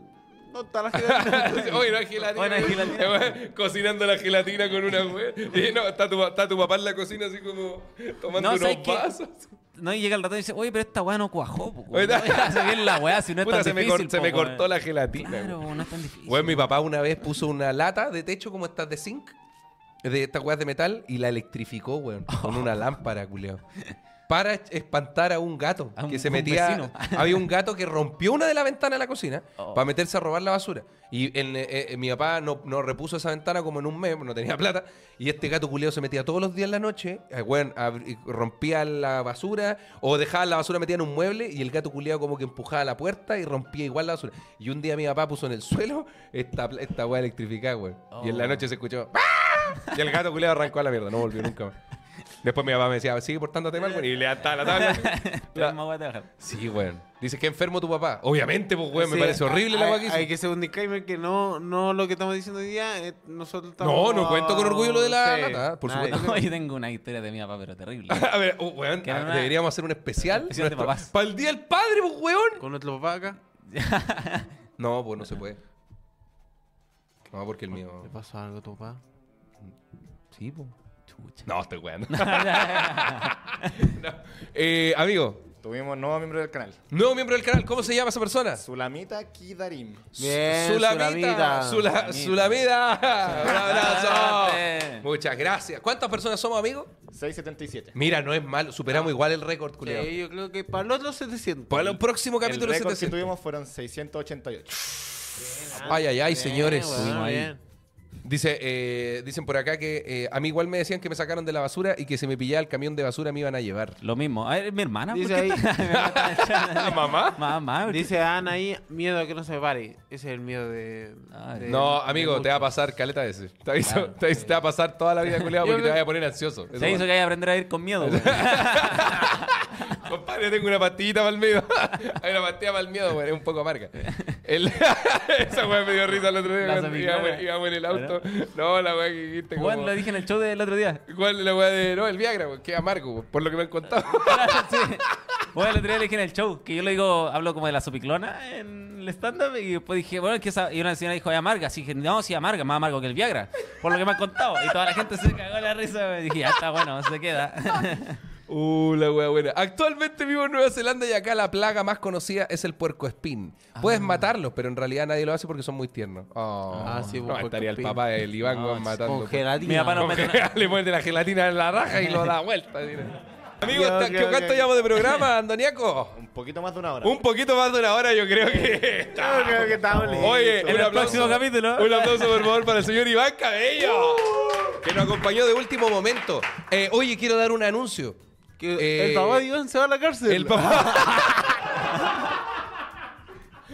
S2: No está la gelatina.
S1: Oye, no hay gelatina.
S5: Oye, no hay gelatina.
S1: Cocinando la gelatina con una wea. Y no, está tu, está tu papá en la cocina así como tomando
S5: No,
S1: unos
S5: ¿sabes qué?
S1: vasos.
S5: No, y llega el ratón y dice, oye, pero esta weá no cuajó, po,
S1: Oye,
S5: weón. No voy a seguir la weá si no es
S1: Puta,
S5: tan
S1: se, me, cor-
S5: difícil.
S1: se
S5: po,
S1: me
S5: weón".
S1: cortó la gelatina.
S5: Claro,
S1: weón.
S5: no es tan difícil.
S1: Bueno, mi papá una vez puso una lata de techo como estas de zinc, de estas weas de metal, y la electrificó, weón, con una lámpara, culiao. Para ech- espantar a un gato
S5: A un-
S1: que se
S5: un
S1: metía.
S5: vecino.
S1: Había un gato que rompió una de las ventanas de la cocina
S5: Oh.
S1: para meterse a robar la basura. Y en, eh, eh, mi papá no, no repuso esa ventana como en un mes, no tenía plata. Y este gato culeo se metía todos los días en la noche, eh, weón, abri- rompía la basura o dejaba la basura metida en un mueble y el gato culeo como que empujaba la puerta y rompía igual la basura. Y un día mi papá puso en el suelo esta, pla- esta weá electrificada, weón. Y en la
S5: Oh.
S1: noche se escuchó "¡Ah!". Y el gato culeo arrancó a la mierda, no volvió nunca más. Después mi papá me decía, sigue portándote mal, weón", y le ataba la tabla.
S5: Pero es más weá de bajar.
S1: Sí, weón. Dices que enfermo tu papá. Obviamente, pues, weón, me
S2: Sí,
S1: parece horrible la
S2: hay-
S1: weá que hizo.
S2: Hay que hacer un disclaimer que no, no lo que estamos diciendo hoy día, eh, nosotros estamos...
S1: No, no cuento con orgullo lo de la lata, ¿eh? Por
S2: Nadie.
S1: supuesto
S5: No, yo tengo una historia de mi papá, pero terrible.
S1: A ver, oh, weón,
S5: Que era
S1: ah,
S5: una-
S1: deberíamos hacer un especial.
S5: Especial de papás.
S1: Para el Día del Padre, pues, weón.
S2: Con nuestro papá acá.
S1: No, pues no se puede. No, porque el mío.
S2: ¿Le pasó algo a tu papá?
S1: Sí, pues.
S5: Chucha.
S1: No, estoy weón. Eh, amigo,
S4: Tuvimos nuevo miembro del canal.
S1: nuevo miembro del canal, ¿cómo se llama esa persona?
S4: Sulamita Kidarim.
S2: Bien,
S1: Sulamita.
S2: Sulamita.
S1: Sula-
S5: Sulamita.
S1: Sulamita. Un abrazo.
S5: Abrazo.
S1: Muchas gracias. ¿Cuántas personas somos, amigos?
S4: 677.
S1: Mira, no es malo. Superamos igual el récord, culiao.
S2: Sí, yo creo que para los otros 700.
S1: Para el próximo capítulo
S4: el récord que
S1: 700.
S4: tuvimos fueron 688.
S1: Ay, ay, ay,
S2: Bien,
S1: señores.
S2: weón,
S5: ahí.
S2: bien.
S1: Dice, eh, dicen por acá que eh, a mí igual me decían que me sacaron de la basura y que si me pillaba el camión de basura me iban a llevar.
S5: Lo mismo. A ver, mi hermana. ¿por
S2: Dice
S5: qué
S2: ahí-
S5: está- mi hermana está-
S1: ¿Mamá?
S5: Mamá. ¿por qué-
S2: Dice Ana ahí, miedo a que no se pare. Ese es el miedo de...
S5: Ay.
S2: de-
S1: No,
S2: de
S1: amigo, te va a pasar caleta de ese. Te, aviso, te, aviso, te va a pasar toda la vida culiado porque te vas a poner ansioso. Eso
S5: Se hizo
S1: pasa.
S5: que hay que aprender a ir con miedo. güey.
S1: Compadre, tengo una pastillita para el miedo. Hay una pastilla para el miedo, güey, es un poco amarga. El- Esa weá me dio risa el otro día
S5: La
S1: cuando
S5: sofisticada.
S1: íbamos, íbamos en el auto. No, la weá que dijiste como...
S5: Juan, lo dije en el show del otro día.
S1: ¿Cuál es la weá de... No, el Viagra, güey, qué amargo, güey, por lo que me han contado.
S5: sí. Bueno, el otro día le dije en el show que yo le digo, hablo como de la sopiclona en el stand-up y después dije, bueno, es que esa, y una señora dijo, es amarga. Así dije, no, sí, amarga, más amargo que el Viagra, por lo que me han contado. Y toda la gente se cagó la risa. Y dije, ya está bueno, se queda.
S1: Uh, la wea buena. Actualmente vivo en Nueva Zelanda y acá la plaga más conocida es el puerco espín.
S2: Ah.
S1: Puedes matarlos, pero en realidad nadie lo hace porque son muy tiernos. Oh.
S2: Ah, sí,
S1: no,
S2: puerco
S1: estaría el
S2: espín.
S1: papá del Iván
S5: No,
S1: weón,
S5: sí,
S1: matando.
S2: Con gelatina.
S5: Mi papá nos
S1: Con
S5: mete una-
S1: gel- Le ponen la gelatina en la raja y lo da vuelta. así, ¿no? Amigo,
S4: Yo
S1: ¿hasta-
S4: creo
S1: ¿qué- ¿cuánto
S4: que-
S1: llevamos de programa, Andoniaco?
S4: Un poquito más de una hora.
S1: Un poquito más de una hora, yo creo que.
S4: Yo creo que estamos listos.
S1: Oye,
S5: En
S1: un
S5: el
S1: aplauso,
S5: próximo capítulo.
S1: Un aplauso, por favor, para el señor Iván Cabello, que nos acompañó de último momento. Eh, oye, quiero dar un anuncio.
S2: Que
S1: Eh,
S2: el papá de Iván se va a la cárcel.
S1: El papá.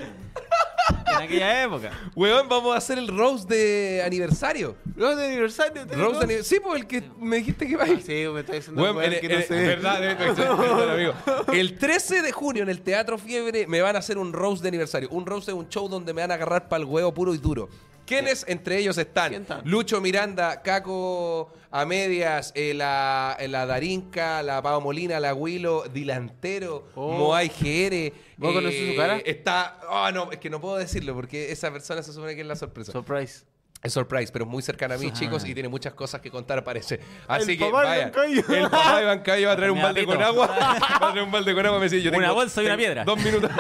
S5: en aquella época.
S1: Weón, vamos a hacer el roast de aniversario.
S2: Rose de aniversario. tenemos.
S1: Roast de aniversario. Sí, pues el que me dijiste que va a
S2: Ah,
S1: ir.
S2: Sí, me está diciendo
S1: Weón,
S2: weón,
S1: en-
S2: que no
S1: en-
S2: sé.
S1: verdad, eh, perdón, perdón, amigo. El 13 de junio en el Teatro Fiebre me van a hacer un roast de aniversario. Un roast es un show donde me van a agarrar para el huevo puro y duro. ¿Quiénes entre ellos están?
S2: ¿Quién está?
S1: Lucho Miranda, Caco a medias, eh, la, eh, la Darinka, la Pao Molina, la Willow, Dilantero,
S2: Oh.
S1: Moai GR.
S2: ¿Vos conocés su cara?
S1: Está. Ah, no, es que no puedo decirlo porque esa persona se supone que es la sorpresa.
S2: Surprise.
S1: Es surprise, pero es muy cercana a mí,
S5: eh.
S1: chicos, y tiene muchas cosas que contar, parece. Así que
S2: papá de
S1: vaya.
S2: Iván Cayo.
S1: El papá de Iván Cayo va a traer un
S5: Mi
S1: balde con
S5: papito.
S1: agua. Va a traer un balde con agua. Me dice, yo
S5: Una
S1: tengo-
S5: bolsa y una
S1: tengo
S5: piedra.
S1: Dos minutos.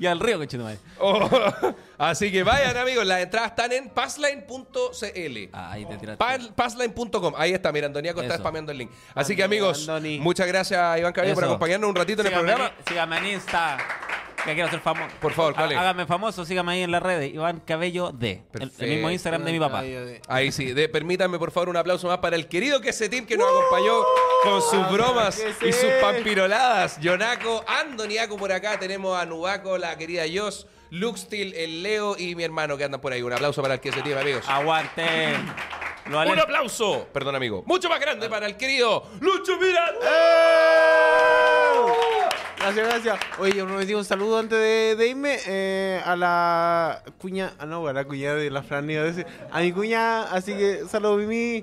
S5: Y al río, conchetumadre.
S1: Oh, Así que vayan, amigos. Las entradas están en passline.cl.
S5: Ahí te tiraste.
S1: Pal- Passline.com, ahí está, mira, Andoniaco está
S5: Ah, Eso.
S1: spameando el link. Así que amigos,
S2: Andoni.
S1: muchas gracias a Iván Caballo por
S5: Eso.
S1: acompañarnos un ratito en el
S5: Sígame
S1: programa.
S5: en- Sígame en Insta. Que quiero ser famoso.
S1: Por favor, ¿cuál es?
S5: Hágame famoso, sígame ahí en las redes. Iván Cabello D. El-
S1: Perfecto.
S5: El, mismo Instagram de mi papá.
S2: Ay, ay, ay.
S1: Ahí sí, de- permítanme por favor un aplauso más para el querido Quesetín que nos acompañó con sus bromas y sus pampiroladas. Yonaco, Andoniaco por acá, tenemos a Nubaco, la querida Jos, Luxtil, el Leo y mi hermano que andan por ahí. Un aplauso para el Quesetín, amigos.
S2: Ah,
S5: Aguante. Lo
S1: Un
S5: ale-
S1: aplauso, perdón amigo, mucho más
S2: Ah.
S1: grande para el querido Lucho Miranda.
S2: ¡Eh! Gracias, gracias. Oye, yo prometí un saludo antes de, de irme eh, a la cuña, ah no, a la cuñada de la Fran, iba a decir, a mi cuña, así que saludos Mimi.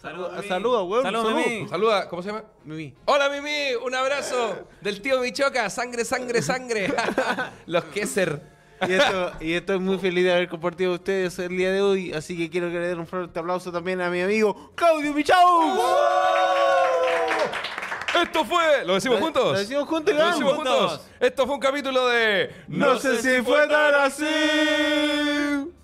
S5: Saludos,
S2: Saludos,
S5: Mimi.
S2: saludos, weón.
S5: Saludos,
S2: saludos.
S5: Mimi.
S1: Saluda, ¿cómo se llama?
S2: Mimi.
S1: Hola Mimi, un abrazo del tío Michoca, sangre, sangre, sangre. Los Kesser.
S2: Y, esto, y estoy muy feliz de haber compartido con ustedes el día de hoy, así que quiero que le den un fuerte aplauso también a mi amigo Claudio Michau.
S1: Esto fue. ¿Lo decimos
S2: Lo-
S1: juntos?
S2: lo decimos juntos,
S1: Lo
S2: Iván.
S1: decimos juntos.
S5: Juntos.
S1: Esto fue un capítulo de.
S2: No sé si fue tan
S1: así.